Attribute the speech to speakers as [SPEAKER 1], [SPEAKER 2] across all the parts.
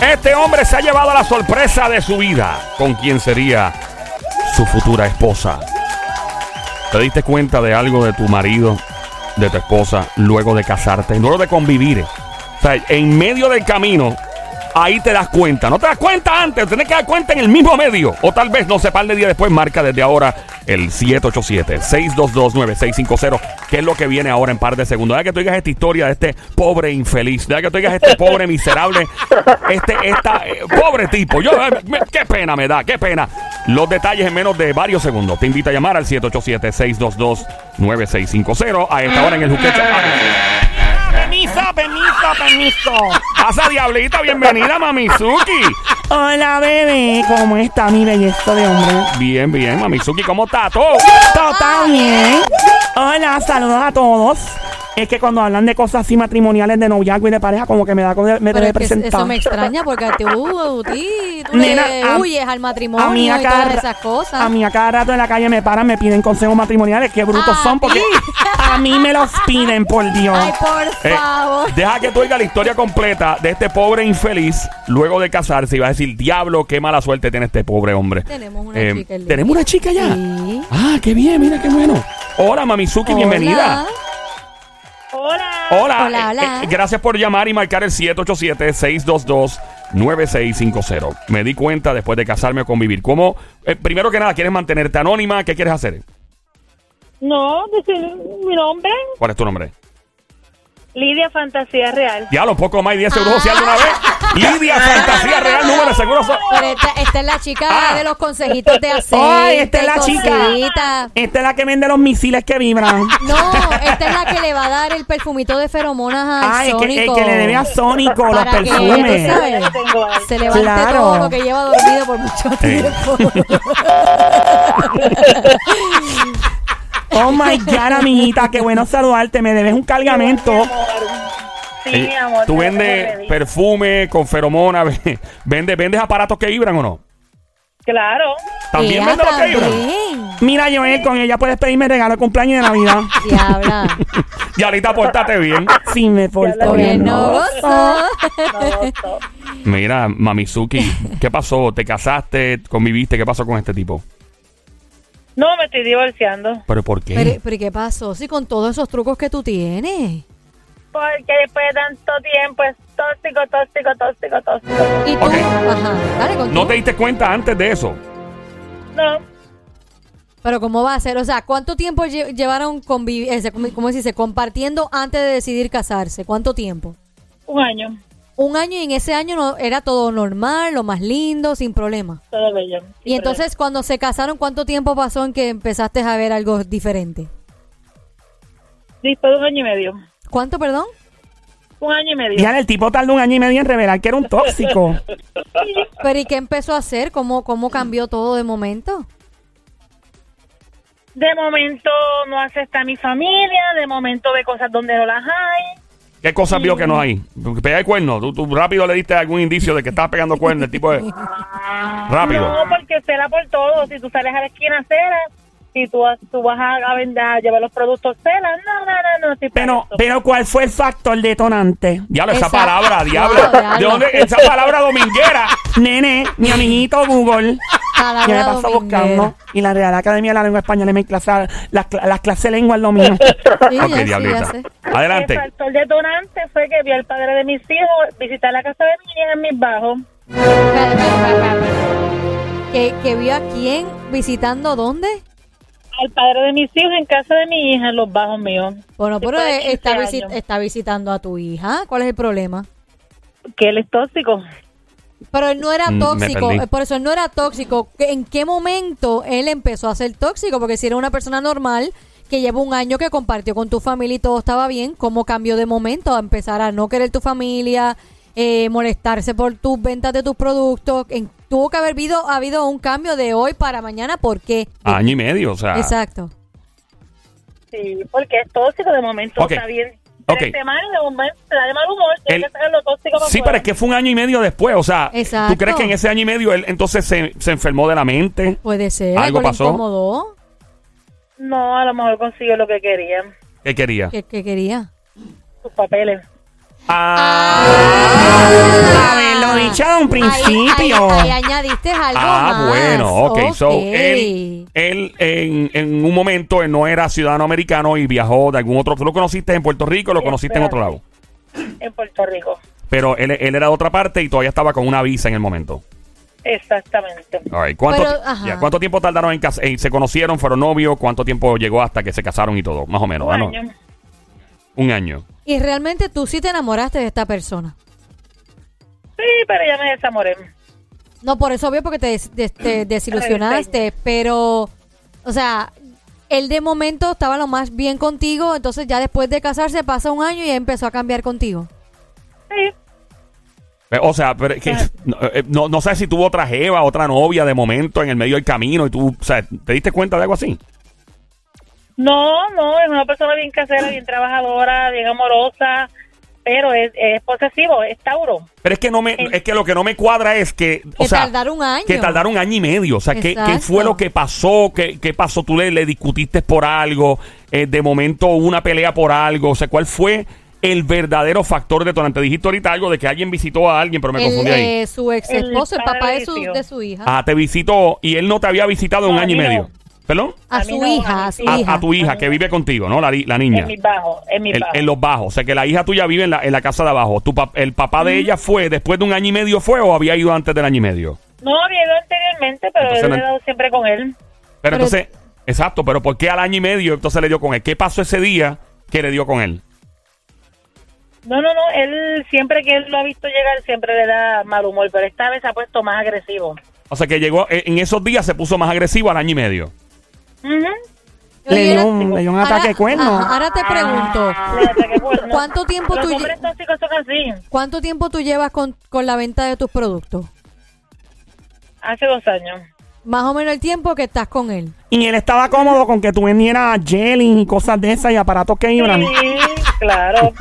[SPEAKER 1] Este hombre se ha llevado la sorpresa de su vida con quien sería su futura esposa. ¿Te diste cuenta de algo de tu marido, de tu esposa, luego de casarte, luego de convivir? O sea, en medio del camino, ahí te das cuenta. No te das cuenta antes, tenés que dar cuenta en el mismo medio. O tal vez no se par de día después, marca desde ahora el 787-622-9650, que es lo que viene ahora en par de segundos. Deja que tú digas esta historia de este pobre infeliz. Deja que tú digas este pobre miserable, este esta, eh, pobre tipo. Yo, eh, me- qué pena me da, qué pena. Los detalles en menos de varios segundos. Te invito a llamar al 787-622-9650 a esta hora en el Juquecho.
[SPEAKER 2] Permiso, permiso, permiso.
[SPEAKER 1] Casa Diablita, bienvenida, Mamizuki.
[SPEAKER 2] Hola, bebé. ¿Cómo está mi belleza de hombre?
[SPEAKER 1] Bien, bien, Mamizuki, ¿cómo está todo?
[SPEAKER 2] Total bien. Hola, saludos a todos. Es que cuando hablan de cosas así matrimoniales, de noviazgo y de pareja, como que me da me
[SPEAKER 3] Pero
[SPEAKER 2] debe
[SPEAKER 3] es que eso
[SPEAKER 2] presentar.
[SPEAKER 3] me extraña porque tú, uh, ti, tú le
[SPEAKER 2] Nena, a-
[SPEAKER 3] huyes al matrimonio
[SPEAKER 2] A mí a
[SPEAKER 3] y
[SPEAKER 2] cada
[SPEAKER 3] todas
[SPEAKER 2] ra-
[SPEAKER 3] esas cosas.
[SPEAKER 2] A mí a cada rato en la calle me paran, me piden consejos matrimoniales. Qué brutos
[SPEAKER 3] A
[SPEAKER 2] son, porque
[SPEAKER 3] ti.
[SPEAKER 2] a mí me los piden, por Dios.
[SPEAKER 3] Ah, Ay, pues, por
[SPEAKER 1] Eh,
[SPEAKER 3] favor.
[SPEAKER 1] deja que tú oigas la historia completa de este pobre infeliz luego de casarse y vas a decir, diablo, qué mala suerte tiene este pobre hombre.
[SPEAKER 3] Tenemos una
[SPEAKER 1] Eh,
[SPEAKER 3] chica. linda.
[SPEAKER 1] Tenemos una chica ya.
[SPEAKER 3] Sí.
[SPEAKER 1] Ah, qué bien, mira qué bueno. Hola, Mamizuki, bienvenida.
[SPEAKER 2] Hola.
[SPEAKER 1] Hola. eh,
[SPEAKER 3] Hola, hola.
[SPEAKER 1] gracias por llamar y marcar el 787-622-9650. Me di cuenta después de casarme o convivir. ¿Cómo? eh, primero que nada, ¿quieres mantenerte anónima? ¿Qué quieres hacer?
[SPEAKER 4] No, decir mi nombre,
[SPEAKER 1] ¿Cuál es tu nombre?
[SPEAKER 4] Lidia Fantasía Real.
[SPEAKER 1] Ya, lo poco más y 10 seguro
[SPEAKER 3] Ah.
[SPEAKER 1] social de una vez. Lidia Fantasía Real, número de seguro social.
[SPEAKER 3] Pero esta, esta es la chica
[SPEAKER 1] Ah.
[SPEAKER 3] de los consejitos de aceite.
[SPEAKER 2] Ay, esta es la
[SPEAKER 3] cosita.
[SPEAKER 2] chica. Esta es la que vende los misiles que vibran.
[SPEAKER 3] No, esta es la que le va a dar el perfumito de feromonas a
[SPEAKER 2] Ay, es que, es
[SPEAKER 3] Sónico.
[SPEAKER 2] que le debe a Sónico los
[SPEAKER 3] Para que, tú
[SPEAKER 2] perfumes.
[SPEAKER 3] sabes,
[SPEAKER 4] Tengo ahí.
[SPEAKER 3] se levante
[SPEAKER 2] Claro. Eh,
[SPEAKER 3] todo lo que lleva dormido por mucho
[SPEAKER 1] Sí.
[SPEAKER 3] tiempo.
[SPEAKER 2] Oh my God, amiguita, qué bueno saludarte. Me debes un cargamento.
[SPEAKER 4] Sí,
[SPEAKER 1] Eh,
[SPEAKER 4] mi amor.
[SPEAKER 1] ¿Tú
[SPEAKER 4] te
[SPEAKER 1] vendes
[SPEAKER 4] tengo ready.
[SPEAKER 1] perfume con feromona? ve- vende, ¿Vendes aparatos que vibran o no?
[SPEAKER 4] Claro.
[SPEAKER 1] ¿También
[SPEAKER 3] Ella
[SPEAKER 1] vendes los que vibran?
[SPEAKER 3] también.
[SPEAKER 2] Mira, Joel, con ella puedes pedirme regalo de cumpleaños y de Navidad.
[SPEAKER 3] Diabla.
[SPEAKER 1] Y ahorita pórtate bien.
[SPEAKER 2] Si me porto
[SPEAKER 4] Porque
[SPEAKER 2] bien.
[SPEAKER 3] Porque no
[SPEAKER 2] ¿no?
[SPEAKER 3] gozo.
[SPEAKER 4] No,
[SPEAKER 1] Mira, Mamizuki, ¿qué pasó? ¿Te casaste? ¿Conviviste? ¿Qué pasó con este tipo?
[SPEAKER 4] no, me estoy divorciando.
[SPEAKER 1] ¿Pero por qué?
[SPEAKER 3] Pero, pero ¿y qué pasó? Si con todos esos trucos que tú tienes.
[SPEAKER 4] Porque después de tanto tiempo es tóxico, tóxico, tóxico, tóxico.
[SPEAKER 3] Y tú,
[SPEAKER 1] Ok.
[SPEAKER 3] ajá, dale con
[SPEAKER 1] ¿No
[SPEAKER 3] tú.
[SPEAKER 1] te diste cuenta antes de eso?
[SPEAKER 4] No,
[SPEAKER 3] Pero ¿cómo va a ser? O sea, ¿cuánto tiempo lle- llevaron convivi- eh, se- ¿cómo se dice? compartiendo antes de decidir casarse? ¿Cuánto tiempo?
[SPEAKER 4] un año.
[SPEAKER 3] Un año y en ese año no, era todo normal, lo más lindo, sin problema.
[SPEAKER 4] Todo bello. Sin
[SPEAKER 3] Y entonces cuando se casaron, ¿cuánto tiempo pasó en que empezaste a ver algo diferente?
[SPEAKER 4] problema. Después de un año y medio.
[SPEAKER 3] ¿Cuánto, perdón?
[SPEAKER 4] Un año y medio.
[SPEAKER 2] Ya el tipo tardó un año y medio en revelar que era un tóxico.
[SPEAKER 3] Pero ¿y qué empezó a hacer? ¿Cómo, cómo cambió todo de momento?
[SPEAKER 4] De momento no acepta a mi familia, de momento ve cosas donde no las hay.
[SPEAKER 1] ¿Qué cosas vio que no hay? ¿Pegar el cuerno? ¿Tú, tú rápido le diste algún indicio de que estabas pegando cuerno? El tipo de... Rápido.
[SPEAKER 4] No, pues, porque cela por todo. Si tú sales a la esquina, cela. Si tú, tú vas a, a vender, a llevar los productos, cela. No, no, no, no. estoy para
[SPEAKER 2] Pero,
[SPEAKER 4] eso.
[SPEAKER 2] pero ¿cuál fue el factor detonante?
[SPEAKER 1] Diablo, esa
[SPEAKER 3] Exacto.
[SPEAKER 1] palabra, diablo.
[SPEAKER 3] Wow, diablo.
[SPEAKER 1] ¿De dónde? Esa palabra dominguera.
[SPEAKER 2] Nene, mi amiguito Google.
[SPEAKER 3] Palabra
[SPEAKER 2] que me pasó
[SPEAKER 3] dominguera.
[SPEAKER 2] buscando. Y la Real Academia de la Lengua Española me clasa, las, cla- las clases de lengua es lo mío.
[SPEAKER 3] Sí,
[SPEAKER 1] Ok,
[SPEAKER 3] ya, sí, ya
[SPEAKER 1] diablita.
[SPEAKER 3] sé.
[SPEAKER 4] El
[SPEAKER 1] Adelante.
[SPEAKER 4] factor detonante fue que vi al padre de mis hijos visitar la casa de mi hija en mis bajos.
[SPEAKER 3] Espera, espera, espera, espera. ¿Que, que vio a quién visitando dónde?
[SPEAKER 4] Al padre de mis hijos en casa de mi hija en los bajos míos.
[SPEAKER 3] Bueno, pero
[SPEAKER 4] Después de
[SPEAKER 3] eh, está,
[SPEAKER 4] 15
[SPEAKER 3] visi-
[SPEAKER 4] años.
[SPEAKER 3] está visitando a tu hija. ¿Cuál es el problema?
[SPEAKER 4] Que él es tóxico.
[SPEAKER 3] Pero él no era
[SPEAKER 1] Mm, me
[SPEAKER 3] tóxico.
[SPEAKER 1] perdí.
[SPEAKER 3] eh, Por eso él no era tóxico. ¿Qué- ¿En qué momento él empezó a ser tóxico? Porque si era una persona normal que lleva un año que compartió con tu familia y todo estaba bien, ¿cómo cambió de momento a empezar a no querer tu familia, eh, molestarse por tus ventas de tus productos? En- tuvo que haber habido, habido un cambio de hoy para mañana. ¿Por qué?
[SPEAKER 4] pues.
[SPEAKER 1] Año y medio, o sea.
[SPEAKER 3] Exacto.
[SPEAKER 4] Sí, porque es tóxico de momento.
[SPEAKER 1] Ok.
[SPEAKER 4] Está bien.
[SPEAKER 1] Ok.
[SPEAKER 4] Tres semanas y de momento se da de mal humor.
[SPEAKER 1] El-
[SPEAKER 4] Tiene que sacar lo tóxico para
[SPEAKER 1] Sí, pero es que fue un año y medio después, o sea, ¿tú
[SPEAKER 3] Exacto.
[SPEAKER 1] crees que en ese año y medio él entonces se, se enfermó de la mente?
[SPEAKER 3] Puede ser.
[SPEAKER 1] ¿Algo
[SPEAKER 3] le
[SPEAKER 1] pasó?
[SPEAKER 3] incomodó?
[SPEAKER 4] No, a lo mejor consiguió lo que quería.
[SPEAKER 1] ¿Qué quería?
[SPEAKER 3] ¿Qué, qué quería?
[SPEAKER 4] Sus papeles.
[SPEAKER 1] Ah,
[SPEAKER 2] A ver, lo dicho, un principio.
[SPEAKER 3] Ah. Ahí, ahí- ahí añadiste algo
[SPEAKER 1] Ah,
[SPEAKER 3] más.
[SPEAKER 1] bueno, ok. So,
[SPEAKER 3] Ok.
[SPEAKER 1] él, él en, en un momento él no era ciudadano americano y viajó de algún otro. Tú lo conociste en Puerto Rico, lo
[SPEAKER 4] Sí,
[SPEAKER 1] conociste en otro lado.
[SPEAKER 4] espérate. en Puerto Rico.
[SPEAKER 1] Pero él, él era de otra parte y todavía estaba con una visa en el momento.
[SPEAKER 4] Exactamente.
[SPEAKER 1] All right, ¿Cuánto,
[SPEAKER 3] Pero,
[SPEAKER 1] ti-
[SPEAKER 3] ajá.
[SPEAKER 1] ya, ¿Cuánto tiempo tardaron en cas- en- se conocieron, fueron novios? ¿Cuánto tiempo llegó hasta que se casaron y todo? Más o menos.
[SPEAKER 4] Un
[SPEAKER 1] ah, no,
[SPEAKER 4] año.
[SPEAKER 1] un año.
[SPEAKER 3] Y realmente tú sí te enamoraste de esta persona.
[SPEAKER 4] Sí, pero ya me desamoré.
[SPEAKER 3] No, por eso obvio, porque te, des- des- te desilusionaste, pero, o sea, él de momento estaba lo más bien contigo, entonces ya después de casarse pasa un año y él empezó a cambiar contigo.
[SPEAKER 4] Sí.
[SPEAKER 1] Eh, O sea, pero es que-
[SPEAKER 4] Claro.
[SPEAKER 1] no, eh, no, no sé si tuvo otra jeva, otra novia de momento en el medio del camino y tú, o sea, ¿te diste cuenta de algo así?
[SPEAKER 4] No, no, es una persona bien casera, bien trabajadora, bien amorosa, pero es, es posesivo, es Tauro.
[SPEAKER 1] Pero es que no me, es que lo que no me cuadra es que, o
[SPEAKER 3] Eh. Que
[SPEAKER 1] sea,
[SPEAKER 3] tardar un año.
[SPEAKER 1] que tardar un año y medio. O sea, ¿qué,
[SPEAKER 3] Exacto.
[SPEAKER 1] qué fue lo que pasó? ¿Qué, qué pasó? ¿Tú le, le discutiste por algo? Eh, de momento hubo una pelea por algo. O sea, ¿cuál fue el verdadero factor detonante? Dijiste ahorita algo de que alguien visitó a alguien, pero me
[SPEAKER 3] El,
[SPEAKER 1] confundí ahí.
[SPEAKER 3] eh, su ex
[SPEAKER 4] El
[SPEAKER 3] esposo, el,
[SPEAKER 4] padre
[SPEAKER 3] papá de
[SPEAKER 4] del
[SPEAKER 3] su,
[SPEAKER 4] tío.
[SPEAKER 3] de su hija.
[SPEAKER 1] Ah, te visitó y él no te había visitado en un
[SPEAKER 4] No, a
[SPEAKER 1] año y
[SPEAKER 4] mí no.
[SPEAKER 1] medio. ¿Perdón?
[SPEAKER 3] a,
[SPEAKER 4] a
[SPEAKER 3] su
[SPEAKER 4] mí no,
[SPEAKER 3] hija,
[SPEAKER 4] a
[SPEAKER 3] a
[SPEAKER 4] mí
[SPEAKER 3] su
[SPEAKER 4] sí.
[SPEAKER 1] A,
[SPEAKER 3] hija.
[SPEAKER 1] a tu hija que vive contigo, ¿no? La, li- la niña.
[SPEAKER 4] En mis bajos, en mis
[SPEAKER 1] El-
[SPEAKER 4] bajos.
[SPEAKER 1] en los bajos. O sea, que la hija tuya vive en la, en la casa de abajo. Tu pap- ¿El papá de ella fue después de un año y medio fue o había ido antes del año y medio?
[SPEAKER 4] No había ido anteriormente, pero
[SPEAKER 1] Entonces
[SPEAKER 4] él
[SPEAKER 1] no-
[SPEAKER 4] he dado siempre con él.
[SPEAKER 1] Pero,
[SPEAKER 3] Pero-
[SPEAKER 1] entonces, exacto, pero ¿por qué al año y medio entonces le dio con él? ¿Qué pasó ese día que le dio con él?
[SPEAKER 4] No, no, no, él siempre que él lo ha visto llegar siempre le da mal humor, pero esta vez se ha puesto más agresivo.
[SPEAKER 1] O sea, que llegó, eh, en esos días se puso más agresivo al año y medio.
[SPEAKER 4] Ujú.
[SPEAKER 2] Le
[SPEAKER 3] Y
[SPEAKER 2] dio
[SPEAKER 3] era-
[SPEAKER 2] un- le dio un ataque de cuerno.
[SPEAKER 3] ajá, ahora te pregunto,
[SPEAKER 4] Le ataqué cuernos.
[SPEAKER 3] Ah. ¿Cuánto tiempo
[SPEAKER 4] Los
[SPEAKER 3] tú lle-
[SPEAKER 4] hombres tóxicos son así,
[SPEAKER 3] ¿cuánto tiempo tú llevas con, con la venta de tus productos?
[SPEAKER 4] hace dos años.
[SPEAKER 3] Más o menos el tiempo que estás con él.
[SPEAKER 2] Y él estaba cómodo con que tú vendieras jelly y cosas de esas y aparatos que vibran.
[SPEAKER 4] Sí, claro.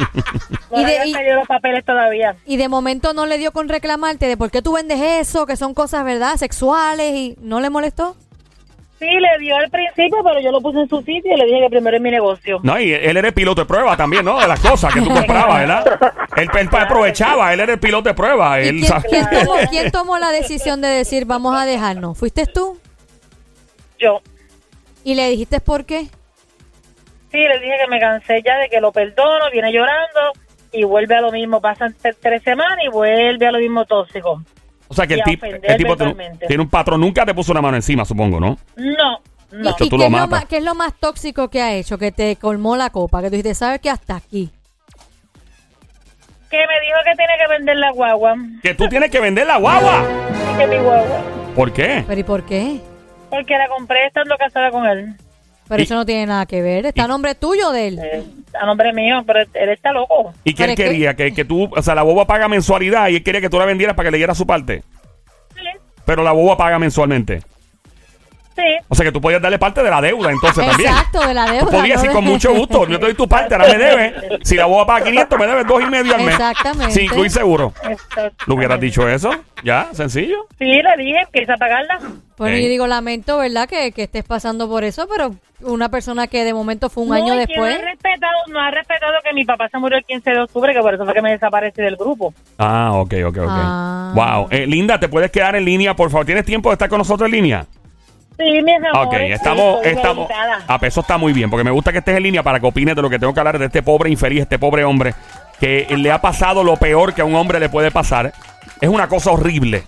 [SPEAKER 4] No
[SPEAKER 3] Y
[SPEAKER 4] le
[SPEAKER 3] de-
[SPEAKER 4] habían
[SPEAKER 3] y-
[SPEAKER 4] salido los papeles todavía.
[SPEAKER 3] Y de momento no le dio con reclamarte de por qué tú vendes eso, que son cosas, ¿verdad? Sexuales y no le molestó.
[SPEAKER 4] Sí, le dio al principio, pero yo lo puse en su sitio y le dije que primero es mi negocio.
[SPEAKER 1] No, y él era el piloto de prueba también, ¿no? De las cosas que tú comprabas, ¿verdad? Él, él aprovechaba, él era el piloto de prueba.
[SPEAKER 3] ¿Y
[SPEAKER 1] Él,
[SPEAKER 3] quién,
[SPEAKER 1] sabe-
[SPEAKER 3] quién tomó, quién tomó la decisión de decir vamos a dejarnos? ¿Fuiste tú?
[SPEAKER 4] Yo
[SPEAKER 3] ¿Y le dijiste por qué?
[SPEAKER 4] sí le dije que me cansé ya de que lo perdono, viene llorando y vuelve a lo mismo. Pasan tre- tres semanas y vuelve a lo mismo tóxico.
[SPEAKER 1] o sea, que el,
[SPEAKER 4] y a
[SPEAKER 1] tip-
[SPEAKER 4] ofender
[SPEAKER 1] el tipo tiene,
[SPEAKER 4] verbalmente.
[SPEAKER 1] tiene un patrón. Nunca te puso una mano encima, supongo, ¿no?
[SPEAKER 4] No,
[SPEAKER 3] ¿Y,
[SPEAKER 4] no.
[SPEAKER 1] Esto
[SPEAKER 3] y
[SPEAKER 1] tú lo
[SPEAKER 3] qué, es lo
[SPEAKER 1] matas.
[SPEAKER 3] más, qué es lo más tóxico que ha hecho? Que te colmó la copa, que tú dijiste, ¿sabes que Hasta aquí.
[SPEAKER 4] Que me dijo que tiene que vender la guagua.
[SPEAKER 1] Que tú tienes que vender la guagua.
[SPEAKER 4] Y que mi guagua.
[SPEAKER 1] ¿Por qué?
[SPEAKER 3] ¿Pero y por qué?
[SPEAKER 4] Porque la compré estando casada con él.
[SPEAKER 3] Pero
[SPEAKER 1] Y-
[SPEAKER 3] eso no tiene nada que ver. Está a nombre tuyo de él.
[SPEAKER 4] Eh, a nombre mío, pero él está loco.
[SPEAKER 1] ¿Y que
[SPEAKER 3] Pero
[SPEAKER 1] él
[SPEAKER 3] es que-
[SPEAKER 1] quería? Que, que tú, o sea, la boba paga mensualidad y él quería que tú la vendieras para que le diera su parte. Pero la boba paga mensualmente.
[SPEAKER 4] Sí,
[SPEAKER 1] O sea que tú podías darle parte de la deuda entonces también.
[SPEAKER 3] Exacto, de la deuda.
[SPEAKER 1] Tú podías
[SPEAKER 3] ¿no?
[SPEAKER 1] decir con mucho gusto, yo te doy tu parte, ahora me debes. Si la boba paga 500, me debes dos y medio al mes.
[SPEAKER 3] Exactamente.
[SPEAKER 1] Sin incluir seguro.
[SPEAKER 4] exacto.
[SPEAKER 1] ¿Lo hubieras dicho eso? Ya, sencillo.
[SPEAKER 4] Sí, le dije, empieza a pagarla.
[SPEAKER 3] Bueno,
[SPEAKER 1] Ey.
[SPEAKER 3] yo Pues, digo, lamento, ¿verdad? Que, que estés pasando por eso, pero una persona que de momento fue un
[SPEAKER 4] No,
[SPEAKER 3] año
[SPEAKER 4] y que
[SPEAKER 3] después.
[SPEAKER 4] No ha, respetado, no ha respetado que mi papá se murió el 15 de octubre, que por eso fue que me desaparecí del grupo.
[SPEAKER 1] Ah, ok, ok, ok.
[SPEAKER 3] Ah.
[SPEAKER 1] Wow. Eh, Linda, ¿te puedes quedar en línea, por favor? ¿Tienes tiempo de estar con nosotros en línea?
[SPEAKER 4] Sí, mis amores.
[SPEAKER 1] Ok, estamos,
[SPEAKER 4] sí, estoy
[SPEAKER 1] estamos. Ah.
[SPEAKER 4] habilitada.
[SPEAKER 1] A peso está muy bien, porque me gusta que estés en línea para que opines de lo que tengo que hablar de este pobre infeliz, este pobre hombre, que le ha pasado lo peor que a un hombre le puede pasar. Es una cosa horrible.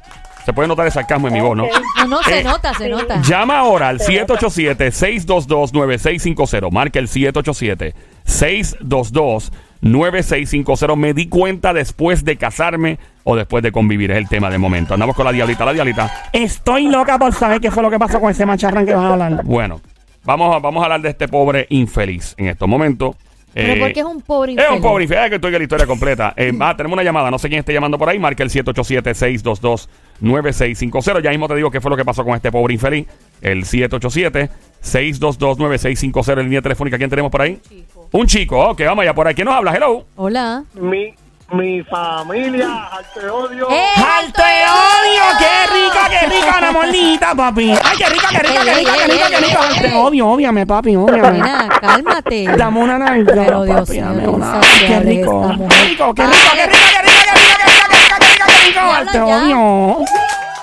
[SPEAKER 1] Se puede notar el sarcasmo en mi voz, ¿no?
[SPEAKER 3] No, no, se
[SPEAKER 1] Eh,
[SPEAKER 3] nota, se nota.
[SPEAKER 1] Llama ahora al 787-622-9650. Marca el 787-622-9650. Me di cuenta después de casarme o después de convivir. Es el tema de momento. Andamos con la diablita, la diablita.
[SPEAKER 2] Estoy loca por saber qué fue lo que pasó con ese macharrán que vas a hablar.
[SPEAKER 1] Bueno, vamos a, vamos a hablar de este pobre infeliz en estos momentos.
[SPEAKER 3] Pero
[SPEAKER 1] Eh,
[SPEAKER 3] porque es un pobre
[SPEAKER 1] Es un
[SPEAKER 3] infeliz.
[SPEAKER 1] pobre infeliz. Ay, que estoy con la historia completa. Eh, ah, tenemos una llamada. No sé quién esté llamando por ahí. Marca el 787-622-9650. Ya mismo te digo qué fue lo que pasó con este pobre infeliz. El 787-622-9650 en línea telefónica. ¿Quién tenemos por ahí? Un chico. Un chico. Ok, vamos allá por ahí. ¿Quién nos habla? Hello.
[SPEAKER 3] Hola.
[SPEAKER 5] mi, mi familia, al te odio.
[SPEAKER 3] ¡Eh,
[SPEAKER 2] ¡Alto de odio! ¡Qué rico, qué rico la mordita, papi! ¡Ay, qué rico, qué rico, qué rico, qué rico, qué rico! Te odio, óbviame, papi, óbviame.
[SPEAKER 3] Nena, cálmate.
[SPEAKER 2] Dame una nalga,
[SPEAKER 3] Pero, Dios
[SPEAKER 2] papi,
[SPEAKER 3] mío,
[SPEAKER 2] dame
[SPEAKER 3] qué
[SPEAKER 2] una-
[SPEAKER 3] insaciable
[SPEAKER 2] ¡Qué rico!
[SPEAKER 3] esta mujer.
[SPEAKER 2] ¡Qué rico, qué rico, qué rico, qué rico, qué rico, qué rico, qué rico, qué rico, qué rico!
[SPEAKER 3] Habla
[SPEAKER 2] te
[SPEAKER 3] ya.
[SPEAKER 2] odio.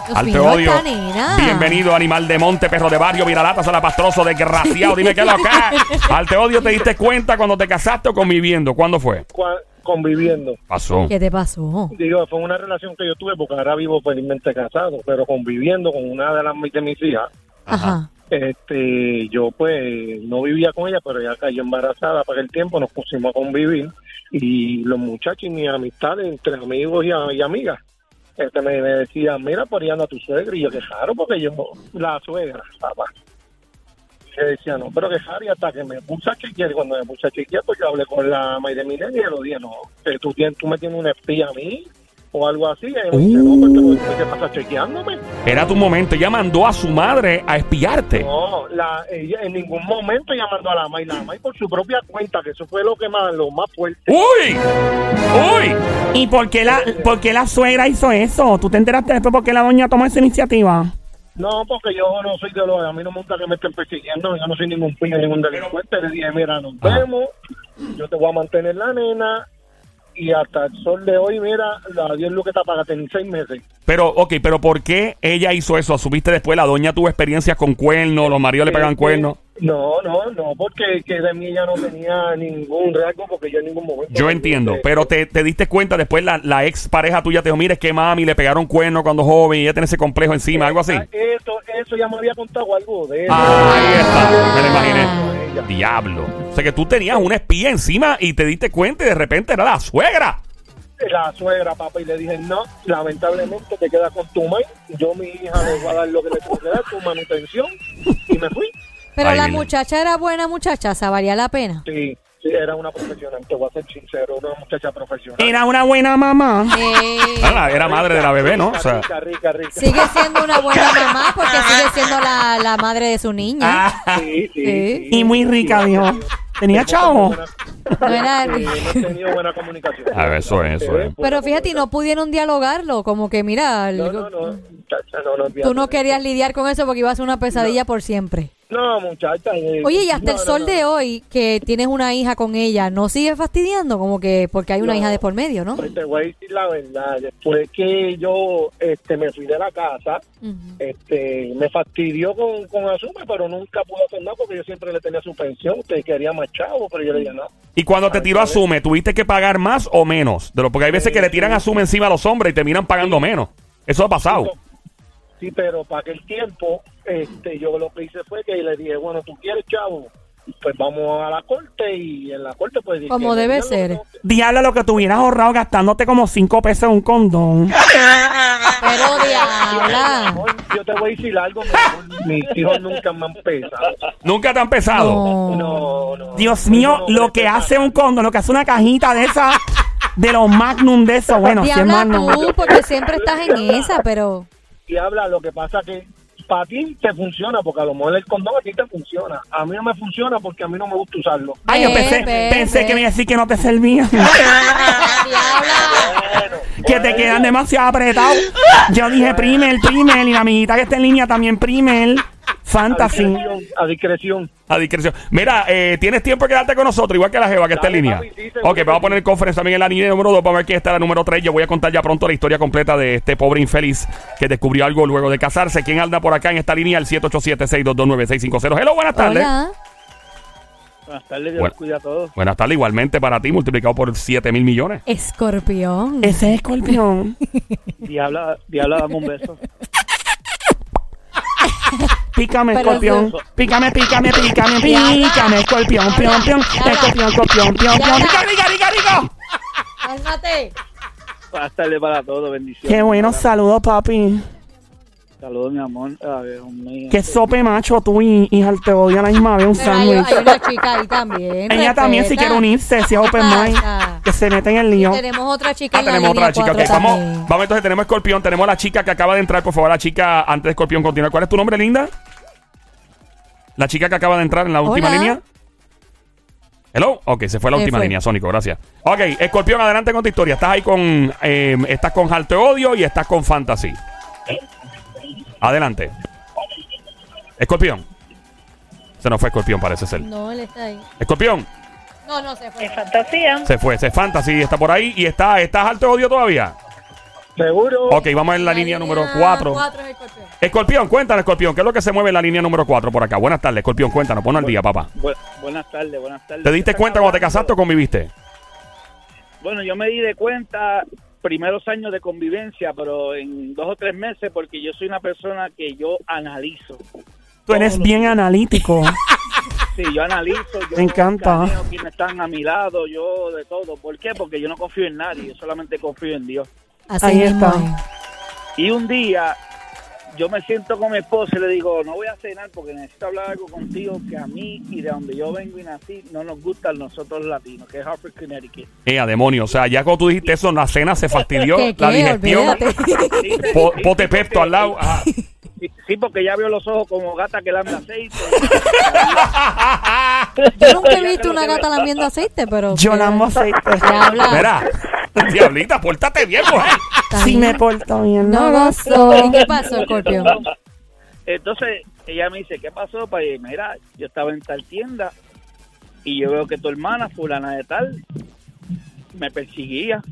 [SPEAKER 3] Dios
[SPEAKER 1] Al te
[SPEAKER 3] mío,
[SPEAKER 1] odio.
[SPEAKER 3] esta nena.
[SPEAKER 1] Bienvenido, animal de monte, perro de barrio, viralata, salapastroso, desgraciado. Dime qué es lo que es. Al te odio, ¿te diste cuenta cuando te casaste o conviviendo? ¿Cuándo fue?
[SPEAKER 6] cua- conviviendo.
[SPEAKER 1] Pasó.
[SPEAKER 3] ¿Qué te pasó?
[SPEAKER 6] Digo, fue una relación que yo tuve porque ahora vivo felizmente casado, pero conviviendo con una de las de mis hijas.
[SPEAKER 3] Ajá.
[SPEAKER 6] Este, yo pues no vivía con ella, pero ella cayó embarazada para el tiempo, nos pusimos a convivir y los muchachos y mis amistades entre amigos y, a- y amigas. Este, me, me decían, mira, por ahí anda tu suegra. Y yo, que raro, porque yo, la suegra, papá. Que decía, no, pero que raro. Y hasta que me puse a chequear. Y cuando me puse a chequear, pues yo hablé con la Mayre Milena y lo dije, no, que tú, tienes, tú me tienes una espía a mí o algo así. Y ella me dice, no, pues te voy a decir que pasa chequeándome.
[SPEAKER 1] Era tu momento. Ella mandó a su madre a espiarte.
[SPEAKER 6] No, la, ella en ningún momento llamando a la May, la May por su propia cuenta, que eso fue lo que más, lo más fuerte.
[SPEAKER 1] ¡Uy! ¡Uy!
[SPEAKER 2] ¿Y por qué, la, por qué la suegra hizo eso? ¿Tú te enteraste después por qué la doña tomó esa iniciativa?
[SPEAKER 6] No, porque yo no soy de los, a mí no me gusta que me estén persiguiendo, yo no soy ningún piña, ningún delincuente. Le dije, mira, nos
[SPEAKER 1] Ajá.
[SPEAKER 6] vemos, yo te voy a mantener la nena, y hasta el sol de hoy, mira, la 10 lucas te pagaste ni seis meses.
[SPEAKER 1] Pero, ok, pero ¿por qué ella hizo eso? ¿Asumiste después la doña tuvo experiencias con cuernos, los maridos le pegan
[SPEAKER 6] Este,
[SPEAKER 1] cuernos?
[SPEAKER 6] No, no, no, porque que de mí ella no tenía ningún rasgo, porque yo en ningún momento.
[SPEAKER 1] Yo entiendo,
[SPEAKER 6] Eh,
[SPEAKER 1] pero te, te diste cuenta después la, la ex pareja tuya te dijo, mire, es que mami le pegaron cuernos cuando joven y ella tiene ese complejo encima, algo así. Ah.
[SPEAKER 6] Ah, Eso, eso ya me había contado algo de eso.
[SPEAKER 1] Ahí está, me lo imaginé.
[SPEAKER 6] Ella.
[SPEAKER 1] Diablo. O sea que tú tenías una espía encima y te diste cuenta y de repente era la suegra.
[SPEAKER 6] la suegra, papá, y le dije, no, lamentablemente te quedas con tu mãe, yo mi hija le voy a dar lo que le tengo que dar, tu manutención, y me fui.
[SPEAKER 3] Pero
[SPEAKER 1] Ay,
[SPEAKER 3] la
[SPEAKER 1] Virgen.
[SPEAKER 3] muchacha era buena muchacha, ¿se valía la pena?
[SPEAKER 6] Sí, sí, era una profesional, te voy a ser sincero, una muchacha profesional.
[SPEAKER 2] Era una buena mamá.
[SPEAKER 3] Eh,
[SPEAKER 1] Era, era madre de la bebé, ¿no? O
[SPEAKER 6] Rica,
[SPEAKER 1] sea,
[SPEAKER 6] rica, rica, rica.
[SPEAKER 3] sigue siendo una buena mamá porque sigue siendo la, la madre de su niña.
[SPEAKER 1] Ah.
[SPEAKER 6] Sí,
[SPEAKER 3] Sí.
[SPEAKER 6] sí, sí.
[SPEAKER 2] Y muy rica,
[SPEAKER 6] Sí,
[SPEAKER 2] dijo. Tenía
[SPEAKER 6] hemos tenido
[SPEAKER 2] chavo.
[SPEAKER 6] buena-
[SPEAKER 3] No era
[SPEAKER 6] Sí,
[SPEAKER 3] rica.
[SPEAKER 6] hemos tenido buena comunicación.
[SPEAKER 1] A ver, eso es, eso es.
[SPEAKER 6] Sí, pues,
[SPEAKER 3] Pero fíjate, y no pudieron dialogarlo, como que mira, el-
[SPEAKER 6] No, no, no, muchacha, no, no,
[SPEAKER 3] tú no
[SPEAKER 6] olvídate.
[SPEAKER 3] querías lidiar con eso porque iba a ser una pesadilla por siempre.
[SPEAKER 6] No, muchacha. eh,
[SPEAKER 3] Oye, y hasta el
[SPEAKER 6] no, no,
[SPEAKER 3] sol
[SPEAKER 6] no.
[SPEAKER 3] de hoy, que tienes una hija con ella, ¿no sigue fastidiando? Como que porque hay una
[SPEAKER 6] No.
[SPEAKER 3] hija de por medio, ¿no?
[SPEAKER 6] Pues te voy a decir la verdad, después que yo este, me fui de la casa,
[SPEAKER 3] Ujú.
[SPEAKER 6] este, me fastidió con, con Azume, pero nunca pudo hacer nada porque yo siempre le tenía su pensión, te quería más chavo, pero yo le dije no.
[SPEAKER 1] Y cuando te tiró a Sume, ¿tuviste que pagar más o menos? De lo, porque hay veces que le tiran a Sume encima a los hombres y terminan pagando menos. Eso ha pasado.
[SPEAKER 6] Sí, pero para aquel tiempo, este, yo lo que hice fue que le dije, bueno, tú quieres chavo, pues vamos a la corte y en la corte pues... dije,
[SPEAKER 3] Como debe
[SPEAKER 6] "Ya lo
[SPEAKER 3] ser".
[SPEAKER 6] tengo".
[SPEAKER 2] Diablo, lo que te hubieras ahorrado gastándote como 5 pesos en un condón.
[SPEAKER 3] Pero
[SPEAKER 6] Yo, mi
[SPEAKER 3] diabla.
[SPEAKER 6] amor, yo te voy a decir algo, mi amor, mis hijos nunca me han pesado.
[SPEAKER 1] Nunca te han pesado.
[SPEAKER 3] No.
[SPEAKER 6] No, no.
[SPEAKER 2] Dios mío,
[SPEAKER 6] No, este no,
[SPEAKER 2] lo
[SPEAKER 6] no,
[SPEAKER 2] que
[SPEAKER 6] no,
[SPEAKER 2] hace un condón, lo que hace una cajita de esa, de los magnum de eso. Bueno, si es
[SPEAKER 3] Diabla
[SPEAKER 2] magnum.
[SPEAKER 3] tú, porque siempre estás en esa, pero...
[SPEAKER 6] y habla, lo que pasa que para ti te funciona, porque a lo mejor el condón a ti te funciona. A mí no me funciona porque a mí no me gusta usarlo.
[SPEAKER 2] Ay, yo
[SPEAKER 3] Ve,
[SPEAKER 2] pensé,
[SPEAKER 3] ve,
[SPEAKER 2] pensé
[SPEAKER 3] ve.
[SPEAKER 2] que me iba a decir que no te servía.
[SPEAKER 3] Diabla.
[SPEAKER 2] que te quedan demasiado apretados. Yo dije primer, primer, y la amiguita que está en línea también primer.
[SPEAKER 6] a
[SPEAKER 2] Fantasy.
[SPEAKER 6] discreción. A discreción.
[SPEAKER 1] A discreción. Mira, eh, tienes tiempo de quedarte con nosotros, igual que la Jeva que está en
[SPEAKER 6] Dale,
[SPEAKER 1] línea.
[SPEAKER 6] papi, sí, seguro
[SPEAKER 1] ok,
[SPEAKER 6] que
[SPEAKER 1] vamos a
[SPEAKER 6] sí.
[SPEAKER 1] poner el conference también en la línea número 2 para ver quién está la número 3. Yo voy a contar ya pronto la historia completa de este pobre infeliz que descubrió algo luego de casarse. ¿Quién anda por acá en esta línea? El 787-622-9650. Hello, buenas tardes.
[SPEAKER 3] Hola.
[SPEAKER 6] Buenas tardes,
[SPEAKER 1] Bueno.
[SPEAKER 6] cuida a todos.
[SPEAKER 1] Buenas tardes, igualmente para ti, multiplicado por 7 mil millones.
[SPEAKER 3] Escorpión.
[SPEAKER 2] Ese es escorpión.
[SPEAKER 6] Diabla, diabla, dame un beso.
[SPEAKER 2] Pícame,
[SPEAKER 3] Pero
[SPEAKER 2] escorpión.
[SPEAKER 3] eso-
[SPEAKER 2] Pícame, pícame, pícame,
[SPEAKER 3] Ya.
[SPEAKER 2] pícame, escorpión, pión, pión,
[SPEAKER 3] Ya.
[SPEAKER 2] escorpión, escorpión, pión,
[SPEAKER 3] Ya.
[SPEAKER 2] pión. ¡Rica, rica, rica, rica!
[SPEAKER 3] Cálmate.
[SPEAKER 6] Buenas tardes para todos, bendiciones.
[SPEAKER 2] Qué buenos saludos, papi.
[SPEAKER 6] Saludos, mi amor. A ver, mío.
[SPEAKER 2] Qué sope macho tú y, y al te odio a la misma vez un
[SPEAKER 3] Pero hay,
[SPEAKER 2] sándwich.
[SPEAKER 3] hay una chica ahí también.
[SPEAKER 2] Ella también si
[SPEAKER 3] respeta.
[SPEAKER 2] quiere unirse, si es open
[SPEAKER 3] Pasa.
[SPEAKER 2] mind, que se mete en el lío.
[SPEAKER 3] Tenemos otra chica
[SPEAKER 1] Ah,
[SPEAKER 3] en la
[SPEAKER 1] tenemos
[SPEAKER 3] línea
[SPEAKER 1] otra chica.
[SPEAKER 3] cuatro
[SPEAKER 1] Ok, vamos,
[SPEAKER 3] también.
[SPEAKER 1] vamos entonces, tenemos Escorpión, tenemos a la chica que acaba de entrar. Por favor, la chica, antes de Escorpión continuar. ¿Cuál es tu nombre, linda? La chica que acaba de entrar en la última
[SPEAKER 3] Hola.
[SPEAKER 1] línea. Hello. Ok, se fue la
[SPEAKER 3] Se
[SPEAKER 1] última
[SPEAKER 3] fue.
[SPEAKER 1] línea, Sónico, gracias. Ok, Escorpión, adelante con tu historia. Estás ahí con. eh, estás con Halte Odio y estás con Fantasy. Adelante. Escorpión. Se nos fue Escorpión, parece ser.
[SPEAKER 3] No, él está ahí.
[SPEAKER 1] Escorpión,
[SPEAKER 3] No, no se fue.
[SPEAKER 4] En fantasía.
[SPEAKER 1] se fue. Se Fantasy está por ahí y está. ¿Estás Halte Odio todavía?
[SPEAKER 5] Seguro.
[SPEAKER 1] Ok, vamos en la, línea, número 4.
[SPEAKER 3] Cuatro es escorpión.
[SPEAKER 1] Escorpión, cuéntanos, Escorpión, ¿qué es lo que se mueve en la línea número 4 por acá? Buenas tardes, Escorpión, cuéntanos, pon al día, papá.
[SPEAKER 6] Bu- buenas tardes, buenas tardes.
[SPEAKER 1] ¿Te diste cuenta cuando te casaste o conviviste?
[SPEAKER 6] Bueno, yo me di de cuenta primeros años de convivencia, pero en dos o tres meses, porque yo soy una persona que yo analizo.
[SPEAKER 2] Tú eres bien analítico.
[SPEAKER 6] Sí, yo analizo. Yo
[SPEAKER 2] Me encanta.
[SPEAKER 6] escaneo quiénes están a mi lado, yo de todo. ¿Por qué? Porque yo no confío en nadie, yo solamente confío en Dios.
[SPEAKER 3] Así
[SPEAKER 2] Ahí
[SPEAKER 3] mismo
[SPEAKER 2] está.
[SPEAKER 3] es.
[SPEAKER 6] Y un día yo me siento con mi esposa y le digo, no voy a cenar porque necesito hablar algo contigo que a mí y de donde yo vengo y nací no nos gustan nosotros latinos, que es Hartford, Connecticut.
[SPEAKER 1] Ea, demonio, o sea, ya cuando tú dijiste eso, la cena se fastidió,
[SPEAKER 3] ¿Qué,
[SPEAKER 1] la
[SPEAKER 3] qué?
[SPEAKER 1] digestión,
[SPEAKER 3] Olvídate.
[SPEAKER 6] Sí, sí,
[SPEAKER 1] po-
[SPEAKER 6] sí,
[SPEAKER 1] pote
[SPEAKER 6] sí,
[SPEAKER 1] pepto
[SPEAKER 6] porque-
[SPEAKER 1] al lado. ajá.
[SPEAKER 6] Sí, sí, porque ya vio los ojos como gata que lame aceite.
[SPEAKER 3] Yo nunca he visto una gata lamiendo aceite, pero.
[SPEAKER 2] Yo la amo aceite.
[SPEAKER 3] Te habla.
[SPEAKER 1] Mira, diablita, pórtate bien, mujer.
[SPEAKER 3] Está
[SPEAKER 2] Si me
[SPEAKER 3] bien.
[SPEAKER 2] porto bien, no
[SPEAKER 3] No lo
[SPEAKER 2] gozo.
[SPEAKER 3] soy. ¿Qué pasó, escorpión?
[SPEAKER 6] Entonces ella me dice, ¿qué pasó? Pues mira, yo estaba en tal tienda y yo veo que tu hermana, fulana de tal, me perseguía.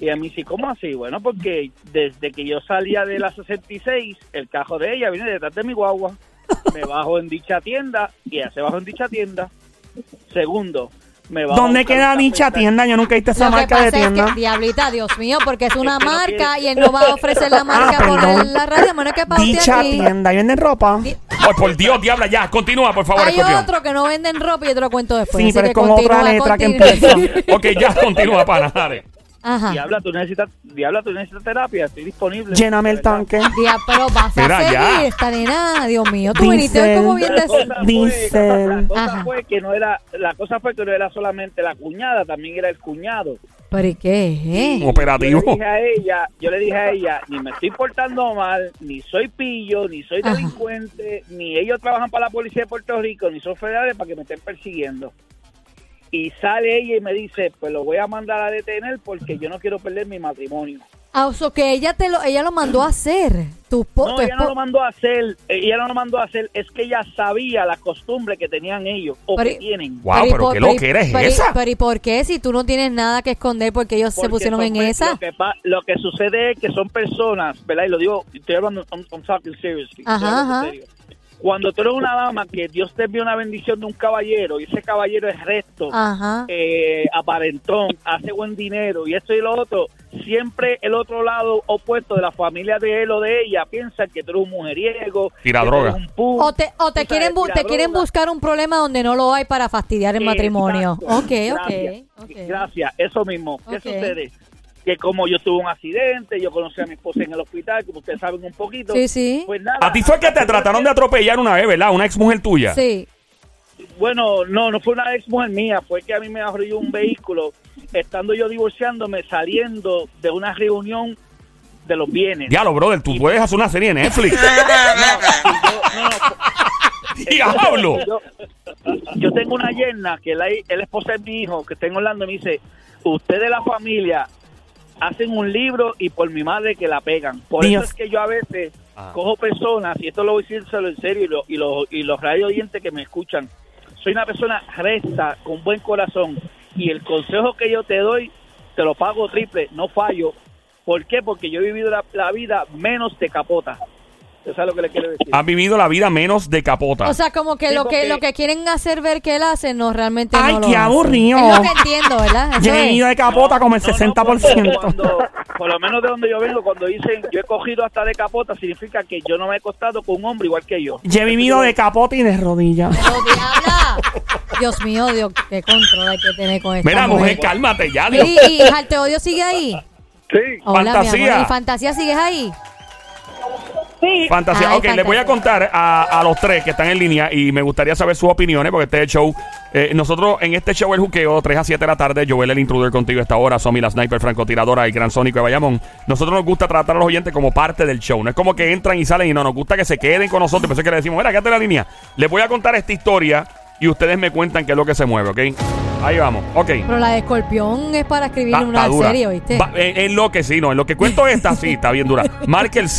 [SPEAKER 6] Y a mí sí, ¿cómo así? Bueno, porque desde que yo salía de la 66, el cajo de ella viene detrás de mi guagua. Me bajo en dicha tienda y ella se bajó en dicha tienda. Segundo, me bajo a
[SPEAKER 2] ¿Dónde
[SPEAKER 6] buscar
[SPEAKER 2] queda
[SPEAKER 6] un
[SPEAKER 2] dicha
[SPEAKER 6] café.
[SPEAKER 2] tienda? Yo nunca he visto esa
[SPEAKER 3] Lo que
[SPEAKER 2] marca de
[SPEAKER 3] pasa es
[SPEAKER 2] tienda.
[SPEAKER 3] que, diablita, Dios mío, porque es una
[SPEAKER 6] Es que no
[SPEAKER 3] marca
[SPEAKER 6] quiere-
[SPEAKER 3] y él no va a ofrecer la marca
[SPEAKER 2] Ah,
[SPEAKER 3] por
[SPEAKER 2] perdón.
[SPEAKER 3] la radio, a menos que pauste
[SPEAKER 2] Dicha
[SPEAKER 3] aquí.
[SPEAKER 2] tienda. ¿Y venden ropa?
[SPEAKER 3] Di-
[SPEAKER 1] Ay, por Dios, diabla, ya, continúa, por favor,
[SPEAKER 3] Hay
[SPEAKER 1] Escorpión.
[SPEAKER 3] otro que no venden ropa y yo te lo cuento después.
[SPEAKER 2] Sí,
[SPEAKER 3] así
[SPEAKER 2] pero
[SPEAKER 3] que
[SPEAKER 2] es con otra
[SPEAKER 3] continúa,
[SPEAKER 2] letra que
[SPEAKER 3] continúa.
[SPEAKER 2] empieza.
[SPEAKER 1] Ok, ya, continúa, pana, dale.
[SPEAKER 3] Ajá.
[SPEAKER 6] Diabla, tú necesitas, Diabla, tú necesitas terapia, estoy disponible.
[SPEAKER 2] Lléname
[SPEAKER 6] De
[SPEAKER 2] el
[SPEAKER 6] verdad.
[SPEAKER 2] tanque.
[SPEAKER 3] Día, pero vas a
[SPEAKER 1] Mira,
[SPEAKER 3] seguir
[SPEAKER 1] ya.
[SPEAKER 3] esta nena, Dios mío. Tú viniste hoy
[SPEAKER 2] Dicen-
[SPEAKER 3] como bien
[SPEAKER 6] La cosa
[SPEAKER 3] de...
[SPEAKER 6] fue-
[SPEAKER 2] Dicen.
[SPEAKER 6] la cosa
[SPEAKER 3] Ajá.
[SPEAKER 6] fue que no era, la cosa fue que no era solamente la cuñada, también era el cuñado.
[SPEAKER 3] ¿Pero y qué?
[SPEAKER 1] Un
[SPEAKER 3] Eh?
[SPEAKER 1] operativo.
[SPEAKER 6] Yo le dije a ella, yo le dije a ella, ni me estoy portando mal, ni soy pillo, ni soy
[SPEAKER 3] Ajá.
[SPEAKER 6] delincuente, ni ellos trabajan para la policía de Puerto Rico, ni son federales para que me estén persiguiendo. Y sale ella y me dice, pues lo voy a mandar a detener porque yo no quiero perder mi matrimonio.
[SPEAKER 3] Ah, o sea, que ella, te lo, ella lo mandó a hacer. Tu, po-
[SPEAKER 6] No,
[SPEAKER 3] tu
[SPEAKER 6] ella no
[SPEAKER 3] espo-
[SPEAKER 6] lo mandó a hacer, ella no lo mandó a hacer, es que ella sabía la costumbre que tenían ellos o
[SPEAKER 3] Pero-
[SPEAKER 6] que tienen.
[SPEAKER 1] Guau,
[SPEAKER 3] y
[SPEAKER 1] pero
[SPEAKER 3] por-
[SPEAKER 1] qué
[SPEAKER 3] y-
[SPEAKER 1] loquera es
[SPEAKER 3] pero y-
[SPEAKER 1] esa.
[SPEAKER 3] Pero ¿y por qué? Si tú no tienes nada que esconder, porque ellos se
[SPEAKER 6] Porque
[SPEAKER 3] pusieron
[SPEAKER 6] son
[SPEAKER 3] en
[SPEAKER 6] pe-
[SPEAKER 3] esa.
[SPEAKER 6] Lo que, pa- lo que sucede es que son personas, ¿verdad? Y lo digo, estoy hablando, I'm, I'm talking seriously. estoy
[SPEAKER 3] Ajá,
[SPEAKER 6] hablando
[SPEAKER 3] ajá.
[SPEAKER 6] serio. Cuando tú eres una dama que Dios te envía una bendición de un caballero y ese caballero es recto,
[SPEAKER 3] Ajá.
[SPEAKER 6] eh, aparentón, hace buen dinero y esto y lo otro, siempre el otro lado opuesto de la familia de él o de ella piensa que tú eres un mujeriego,
[SPEAKER 1] Tira
[SPEAKER 6] que tú
[SPEAKER 1] droga.
[SPEAKER 6] eres un pu-
[SPEAKER 3] O te, o te
[SPEAKER 6] tú sabes,
[SPEAKER 3] quieren, bu-
[SPEAKER 6] tira
[SPEAKER 3] te quieren
[SPEAKER 6] droga.
[SPEAKER 3] buscar un problema donde no lo hay para fastidiar el matrimonio.
[SPEAKER 6] Exacto.
[SPEAKER 3] Ok,
[SPEAKER 6] Eh, Gracias.
[SPEAKER 3] ok, ok.
[SPEAKER 6] Gracias, eso mismo. ¿Qué
[SPEAKER 3] Ok.
[SPEAKER 6] sucede? Que como yo tuve un accidente, yo conocí a mi esposa en el hospital, como ustedes saben un poquito.
[SPEAKER 3] Sí, sí.
[SPEAKER 6] Pues nada.
[SPEAKER 1] A ti fue que te trataron de atropellar una vez, ¿verdad? Una ex mujer tuya.
[SPEAKER 3] Sí.
[SPEAKER 6] Bueno, no, no fue una ex mujer mía, fue que a mí me arrolló un vehículo, estando yo divorciándome, saliendo de una reunión de los bienes.
[SPEAKER 1] Diablo, brother, tú puedes hacer una serie en Netflix.
[SPEAKER 6] No, no, no,
[SPEAKER 1] ¡Diablo!
[SPEAKER 6] Yo, yo tengo una yerna que la, el esposa de mi hijo, que está en Orlando, y me dice, ustedes la familia hacen un libro y por mi madre que la pegan. Por
[SPEAKER 2] Dios.
[SPEAKER 6] eso es que yo a veces
[SPEAKER 1] Ajá.
[SPEAKER 6] cojo personas, y esto lo voy a decir en serio, y, lo- y, los- y los radio oyentes que me escuchan, soy una persona recta, con buen corazón, y el consejo que yo te doy, te lo pago triple, no fallo. ¿Por qué? Porque yo he vivido la, la vida menos de capota. Eso es lo que le quiero decir.
[SPEAKER 1] Has vivido la vida menos de capota.
[SPEAKER 3] O sea, como que
[SPEAKER 6] Sí,
[SPEAKER 3] lo que
[SPEAKER 6] porque-
[SPEAKER 3] lo que quieren hacer ver que él hace, no realmente
[SPEAKER 2] Ay,
[SPEAKER 3] no lo
[SPEAKER 2] qué
[SPEAKER 3] hace.
[SPEAKER 2] aburrido.
[SPEAKER 3] Es lo que entiendo, ¿verdad? Eso
[SPEAKER 2] Yo he
[SPEAKER 3] es.
[SPEAKER 2] ido de capota
[SPEAKER 6] No,
[SPEAKER 2] como el
[SPEAKER 6] no, no,
[SPEAKER 2] 60%.
[SPEAKER 6] porque cuando- por lo menos de donde yo vengo, cuando dicen yo he cogido hasta de capota, significa que yo no me he costado con un hombre igual que yo.
[SPEAKER 2] Yo he vivido de capota y de rodilla.
[SPEAKER 3] Pero, diabla. Dios mío, Dios, qué control hay que tener con esta
[SPEAKER 1] Mira, mujer, cálmate ya. Dios.
[SPEAKER 3] Mira, y, y Jarte Odio sigue ahí.
[SPEAKER 5] Sí.
[SPEAKER 3] Hola, mi
[SPEAKER 1] Fantasía.
[SPEAKER 3] amor. ¿Y Fantasía sigues ahí?
[SPEAKER 4] Sí,
[SPEAKER 1] Fantasía.
[SPEAKER 3] Ay,
[SPEAKER 1] ok, les voy a
[SPEAKER 3] fantasía.
[SPEAKER 1] contar a, a los tres que están en línea y me gustaría saber sus opiniones porque este show, eh, nosotros en este show el juqueo, 3 a 7 de la tarde, Joel el intruder contigo a esta hora, Somi la sniper francotiradora y Gran Sónico de Bayamón. Nosotros nos gusta tratar a los oyentes como parte del show, no es como que entran y salen y no, nos gusta que se queden con nosotros, por eso es que le decimos, mira, quédate en la línea. Les voy a contar esta historia y ustedes me cuentan qué es lo que se mueve, ¿ok? Ahí vamos, ok.
[SPEAKER 3] Pero la de Escorpión es para escribir
[SPEAKER 1] Está-
[SPEAKER 3] una
[SPEAKER 1] está dura.
[SPEAKER 3] serie, ¿viste?
[SPEAKER 1] Va- en, en lo que sí, no. En lo que cuento esta, sí, está bien dura. Marque el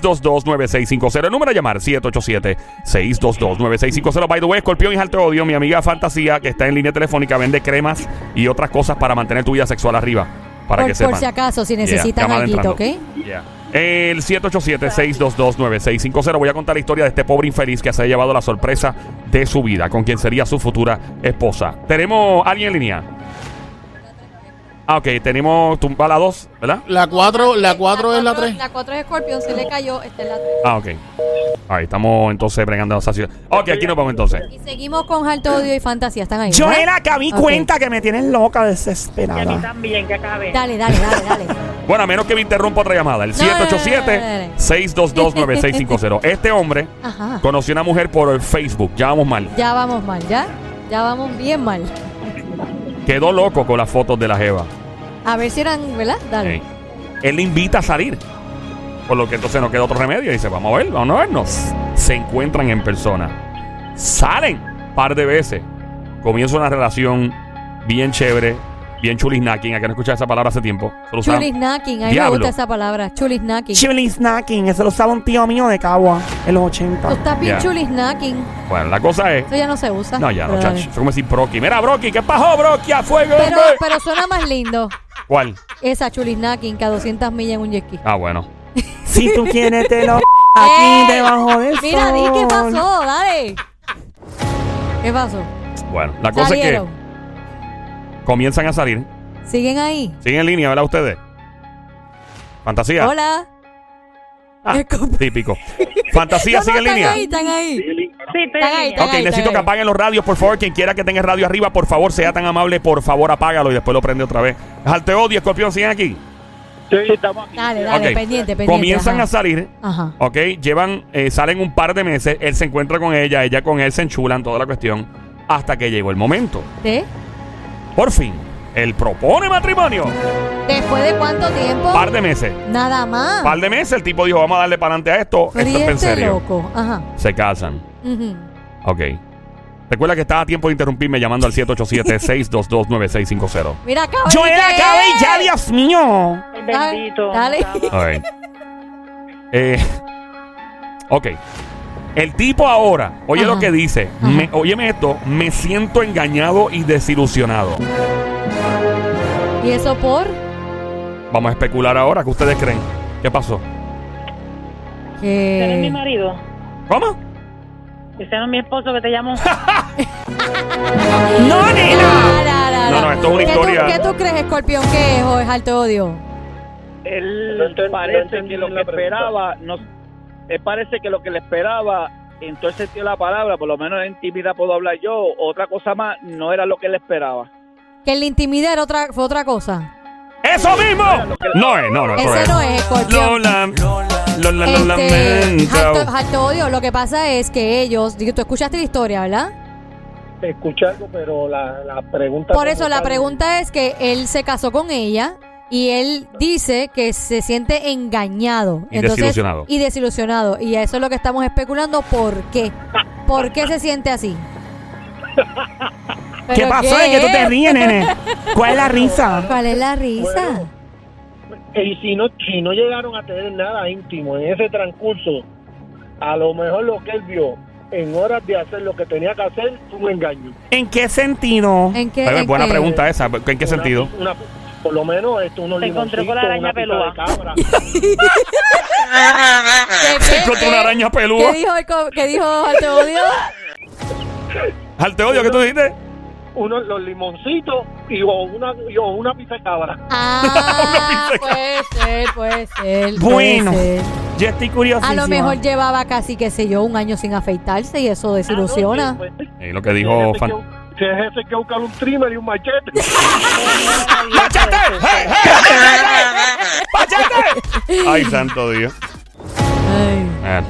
[SPEAKER 1] 787-622-9650. El número a llamar, 787-622-9650. By the way, Escorpión y Alto Odio, mi amiga Fantasía, que está en línea telefónica, vende cremas y otras cosas para mantener tu vida sexual arriba. Para
[SPEAKER 3] por,
[SPEAKER 1] que
[SPEAKER 3] por
[SPEAKER 1] sepan.
[SPEAKER 3] si acaso, si
[SPEAKER 1] Yeah,
[SPEAKER 3] necesitan
[SPEAKER 1] llamada
[SPEAKER 3] algo, ¿ok?
[SPEAKER 1] entrando. Yeah. El 787-622-9650. Voy a contar la historia de este pobre infeliz que se ha llevado la sorpresa de su vida, con quien sería su futura esposa. ¿Tenemos alguien en línea? Ah, ok, tenemos tumba la 2, ¿verdad?
[SPEAKER 7] La 4 la cuatro es la
[SPEAKER 3] cuatro-
[SPEAKER 7] 3.
[SPEAKER 3] La 4 es escorpión, se le cayó, esta es la 3.
[SPEAKER 1] Ah, ok. Ahí estamos entonces bregando esa ciudad. Ok, aquí nos vamos entonces.
[SPEAKER 3] Y seguimos con Alto Odio y Fantasía, están ahí.
[SPEAKER 2] Yo
[SPEAKER 3] ¿verdad?
[SPEAKER 2] era que a mí
[SPEAKER 3] ¿Eh? Ok.
[SPEAKER 2] cuenta que me tienes loca,
[SPEAKER 4] Y a mí
[SPEAKER 2] desesperada.
[SPEAKER 4] también, que acabe.
[SPEAKER 3] Dale, dale, dale, dale.
[SPEAKER 1] Bueno, a menos que me interrumpa otra llamada. El
[SPEAKER 3] No, no, no, no, no, no.
[SPEAKER 1] 787-622-9650. Este hombre
[SPEAKER 3] Ajá.
[SPEAKER 1] conoció a una mujer por el Facebook. Ya vamos mal.
[SPEAKER 3] Ya vamos mal, ¿ya? Ya vamos bien mal.
[SPEAKER 1] Quedó loco con las fotos de la Jeva.
[SPEAKER 3] A ver si eran, ¿verdad? Dale.
[SPEAKER 1] Ey. Él le invita a salir. Por lo que entonces no queda otro remedio. Y dice, vamos a ver, vamos a vernos. Se encuentran en persona. Salen par de veces. Comienza una relación bien chévere, bien chulisnacking. Aquí no escuchaba esa palabra hace tiempo. Se lo usaban.
[SPEAKER 3] Chulisnacking, a mí me
[SPEAKER 1] Diablo.
[SPEAKER 3] gusta esa palabra, chulisnacking.
[SPEAKER 2] Chili snacking, eso lo usaba un tío mío de Cagua en los
[SPEAKER 3] Tú
[SPEAKER 2] 80.
[SPEAKER 3] estás bien
[SPEAKER 1] Ya.
[SPEAKER 3] chulisnacking.
[SPEAKER 1] Bueno, la cosa es...
[SPEAKER 3] Eso ya no se usa.
[SPEAKER 1] No, ya, no,
[SPEAKER 3] Ah, Pero dale.
[SPEAKER 1] chacho. Eso es como decir Brocky. Mira, Brocky, ¿qué pasó, Brocky? ¡A fuego,
[SPEAKER 3] Pero,
[SPEAKER 1] hombre!
[SPEAKER 3] pero suena más lindo
[SPEAKER 1] ¿Cuál?
[SPEAKER 3] esa chulisnacking que a 200 millas en un jet ski.
[SPEAKER 1] Ah, bueno.
[SPEAKER 2] Si tú quieres, te lo aquí
[SPEAKER 3] ¡Eh!
[SPEAKER 2] debajo del
[SPEAKER 3] Mira, di
[SPEAKER 2] sol.
[SPEAKER 3] qué pasó, dale. ¿Qué pasó?
[SPEAKER 1] Bueno, la cosa
[SPEAKER 3] Salieron.
[SPEAKER 1] es que comienzan a salir.
[SPEAKER 3] ¿Siguen ahí?
[SPEAKER 1] Siguen en línea, ¿verdad, ustedes? Fantasía.
[SPEAKER 3] Hola.
[SPEAKER 1] Ah,
[SPEAKER 3] Disculpa.
[SPEAKER 1] típico. Fantasía,
[SPEAKER 3] No, no,
[SPEAKER 1] sigue en
[SPEAKER 3] están
[SPEAKER 1] línea.
[SPEAKER 3] ahí, están ahí.
[SPEAKER 4] Sí, estoy
[SPEAKER 3] Está
[SPEAKER 4] en
[SPEAKER 3] ahí,
[SPEAKER 4] línea.
[SPEAKER 3] está
[SPEAKER 1] Ok,
[SPEAKER 3] ahí,
[SPEAKER 1] necesito
[SPEAKER 3] está
[SPEAKER 1] que
[SPEAKER 3] ahí.
[SPEAKER 1] apaguen los radios, por favor. Quien quiera que tenga el radio arriba, por favor, sea tan amable, por favor, apágalo y después lo prende otra vez. Alte odio, escorpión, siguen aquí.
[SPEAKER 5] Sí,
[SPEAKER 6] Estamos aquí.
[SPEAKER 3] Dale, dale,
[SPEAKER 1] Ok.
[SPEAKER 3] pendiente, pendiente.
[SPEAKER 1] Comienzan
[SPEAKER 3] ajá.
[SPEAKER 1] a salir.
[SPEAKER 3] Ajá.
[SPEAKER 1] Ok, llevan, eh, salen un par de meses, él se encuentra con ella, ella con él se enchulan, toda la cuestión, hasta que llegó el momento.
[SPEAKER 3] ¿De?
[SPEAKER 1] Por fin, él propone matrimonio.
[SPEAKER 3] ¿Después de cuánto tiempo?
[SPEAKER 1] Par de meses.
[SPEAKER 3] Nada más.
[SPEAKER 1] Par de meses, el tipo dijo, vamos a darle para adelante a esto.
[SPEAKER 3] Pero
[SPEAKER 1] esto
[SPEAKER 3] ¿y
[SPEAKER 1] es en
[SPEAKER 3] este
[SPEAKER 1] serio.
[SPEAKER 3] loco. Ajá.
[SPEAKER 1] Se casan.
[SPEAKER 3] Ujú.
[SPEAKER 1] Ok. Recuerda que estaba a tiempo de interrumpirme llamando al 787-622-9650.
[SPEAKER 3] Mira, acá.
[SPEAKER 2] Yo era cabe y ya, Dios mío.
[SPEAKER 4] Ay,
[SPEAKER 3] Dale,
[SPEAKER 4] Bendito.
[SPEAKER 3] dale.
[SPEAKER 1] All right. Eh, ok. El tipo ahora, oye
[SPEAKER 3] Ajá.
[SPEAKER 1] lo que dice.
[SPEAKER 3] Ajá.
[SPEAKER 1] Me- óyeme esto. Me siento engañado y desilusionado.
[SPEAKER 3] ¿Y eso por?
[SPEAKER 1] Vamos a especular ahora. ¿Qué ustedes creen? ¿Qué pasó?
[SPEAKER 4] Ese no es mi
[SPEAKER 3] Que...
[SPEAKER 4] marido.
[SPEAKER 1] ¿Cómo?
[SPEAKER 4] Ese no es mi esposo que te llamó.
[SPEAKER 2] No, nena.
[SPEAKER 3] La, la, la,
[SPEAKER 1] No,
[SPEAKER 3] la.
[SPEAKER 1] no, esto es una
[SPEAKER 3] ¿Qué
[SPEAKER 1] historia.
[SPEAKER 3] Tú, ¿Qué tú crees, Escorpión, que es o es alto odio?
[SPEAKER 6] Él
[SPEAKER 5] No enten- no
[SPEAKER 6] parece
[SPEAKER 5] entendí
[SPEAKER 6] que lo que
[SPEAKER 5] la pregunta.
[SPEAKER 6] esperaba, no, él parece que lo que le esperaba, en todo el sentido de la palabra, por lo menos en intimidad puedo hablar yo, otra cosa más, no era lo que él esperaba.
[SPEAKER 3] Que la intimidad era otra, fue otra cosa.
[SPEAKER 1] ¡Eso mismo! No es, no, no, eso
[SPEAKER 3] Ese no es Escorpión.
[SPEAKER 1] Lola, Lola, lo
[SPEAKER 3] Este,
[SPEAKER 1] lamento.
[SPEAKER 3] alto, alto odio. Lo que pasa es que ellos, digo, tú escuchaste la historia, ¿verdad?
[SPEAKER 5] escuché algo, pero la, la pregunta...
[SPEAKER 3] Por
[SPEAKER 5] como
[SPEAKER 3] eso la
[SPEAKER 5] tal-
[SPEAKER 3] pregunta es que él se casó con ella y él dice que se siente engañado.
[SPEAKER 1] Y desilusionado.
[SPEAKER 3] Y desilusionado. Y eso es lo que estamos especulando. ¿Por qué? ¿Por qué se siente así?
[SPEAKER 2] ¿Qué
[SPEAKER 3] ¿Pero
[SPEAKER 2] pasó? ¿De que tú te ríes, nene? ¿Cuál es la risa?
[SPEAKER 3] ¿Cuál es la risa?
[SPEAKER 5] Bueno. Y si no, si no llegaron a tener nada íntimo en ese transcurso, a lo mejor lo que él vio en horas de hacer lo que tenía que hacer fue un engaño.
[SPEAKER 2] ¿En qué sentido?
[SPEAKER 3] ¿En qué?
[SPEAKER 1] Ay,
[SPEAKER 3] en
[SPEAKER 1] buena
[SPEAKER 3] qué?
[SPEAKER 1] pregunta esa. ¿En qué
[SPEAKER 5] Una-
[SPEAKER 1] sentido?
[SPEAKER 5] una- por lo menos esto, unos
[SPEAKER 4] Se encontró con la
[SPEAKER 5] limoncitos,
[SPEAKER 4] araña
[SPEAKER 5] una pizza de cabra.
[SPEAKER 3] ¿Qué- qué-
[SPEAKER 1] Se encontró una
[SPEAKER 3] qué?
[SPEAKER 1] araña
[SPEAKER 3] ¿Qué
[SPEAKER 1] pelúa.
[SPEAKER 3] dijo, el co- qué dijo Alto Odio?
[SPEAKER 1] Al te odio que tú dijiste.
[SPEAKER 5] unos los limoncitos y o una, y o una pizza de cabra.
[SPEAKER 3] Ah, puede ser, puede ser. puede
[SPEAKER 2] Bueno.
[SPEAKER 3] ser.
[SPEAKER 2] Yo estoy
[SPEAKER 3] A
[SPEAKER 2] curiosísima.
[SPEAKER 3] lo mejor llevaba casi, qué sé yo, un año sin afeitarse y eso desilusiona.
[SPEAKER 5] Ah, no, sí,
[SPEAKER 1] Y lo que
[SPEAKER 5] pues,
[SPEAKER 1] dijo.
[SPEAKER 5] si es ese
[SPEAKER 1] Fan-
[SPEAKER 5] que- Si es ese que buscar un trimmer y un machete.
[SPEAKER 1] ¡Machete! ¡Hey, hey! ¡Machete! Ay, santo Dios.
[SPEAKER 3] Ay.
[SPEAKER 1] Ah,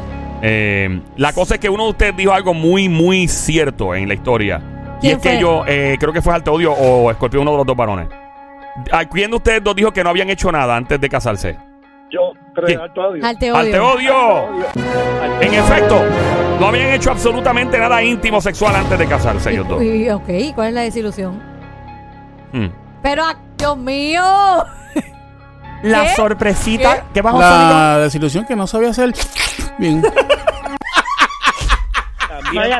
[SPEAKER 1] eh, la cosa es que uno de ustedes dijo algo muy, muy cierto en la historia. Y
[SPEAKER 3] ¿Quién
[SPEAKER 1] es que
[SPEAKER 3] fue?
[SPEAKER 1] yo eh, creo que fue Alte Odio o Escorpión, uno de los dos varones. ¿A quién de ustedes dos dijo que no habían hecho nada antes de casarse?
[SPEAKER 5] Yo
[SPEAKER 1] Sí.
[SPEAKER 5] creo alto adiós.
[SPEAKER 3] Alte
[SPEAKER 1] ¡Alte
[SPEAKER 3] odio.
[SPEAKER 1] Odio! En efecto, no habían hecho absolutamente nada íntimo sexual antes de casarse ellos dos.
[SPEAKER 3] Y- y- ok, ¿y ¿cuál es la desilusión?
[SPEAKER 1] Hmm.
[SPEAKER 3] Pero, ah, Dios mío.
[SPEAKER 2] La
[SPEAKER 3] ¿Qué?
[SPEAKER 2] sorpresita. ¿Qué, bajo
[SPEAKER 7] La desilusión que no sabía hacer. Bien.
[SPEAKER 6] También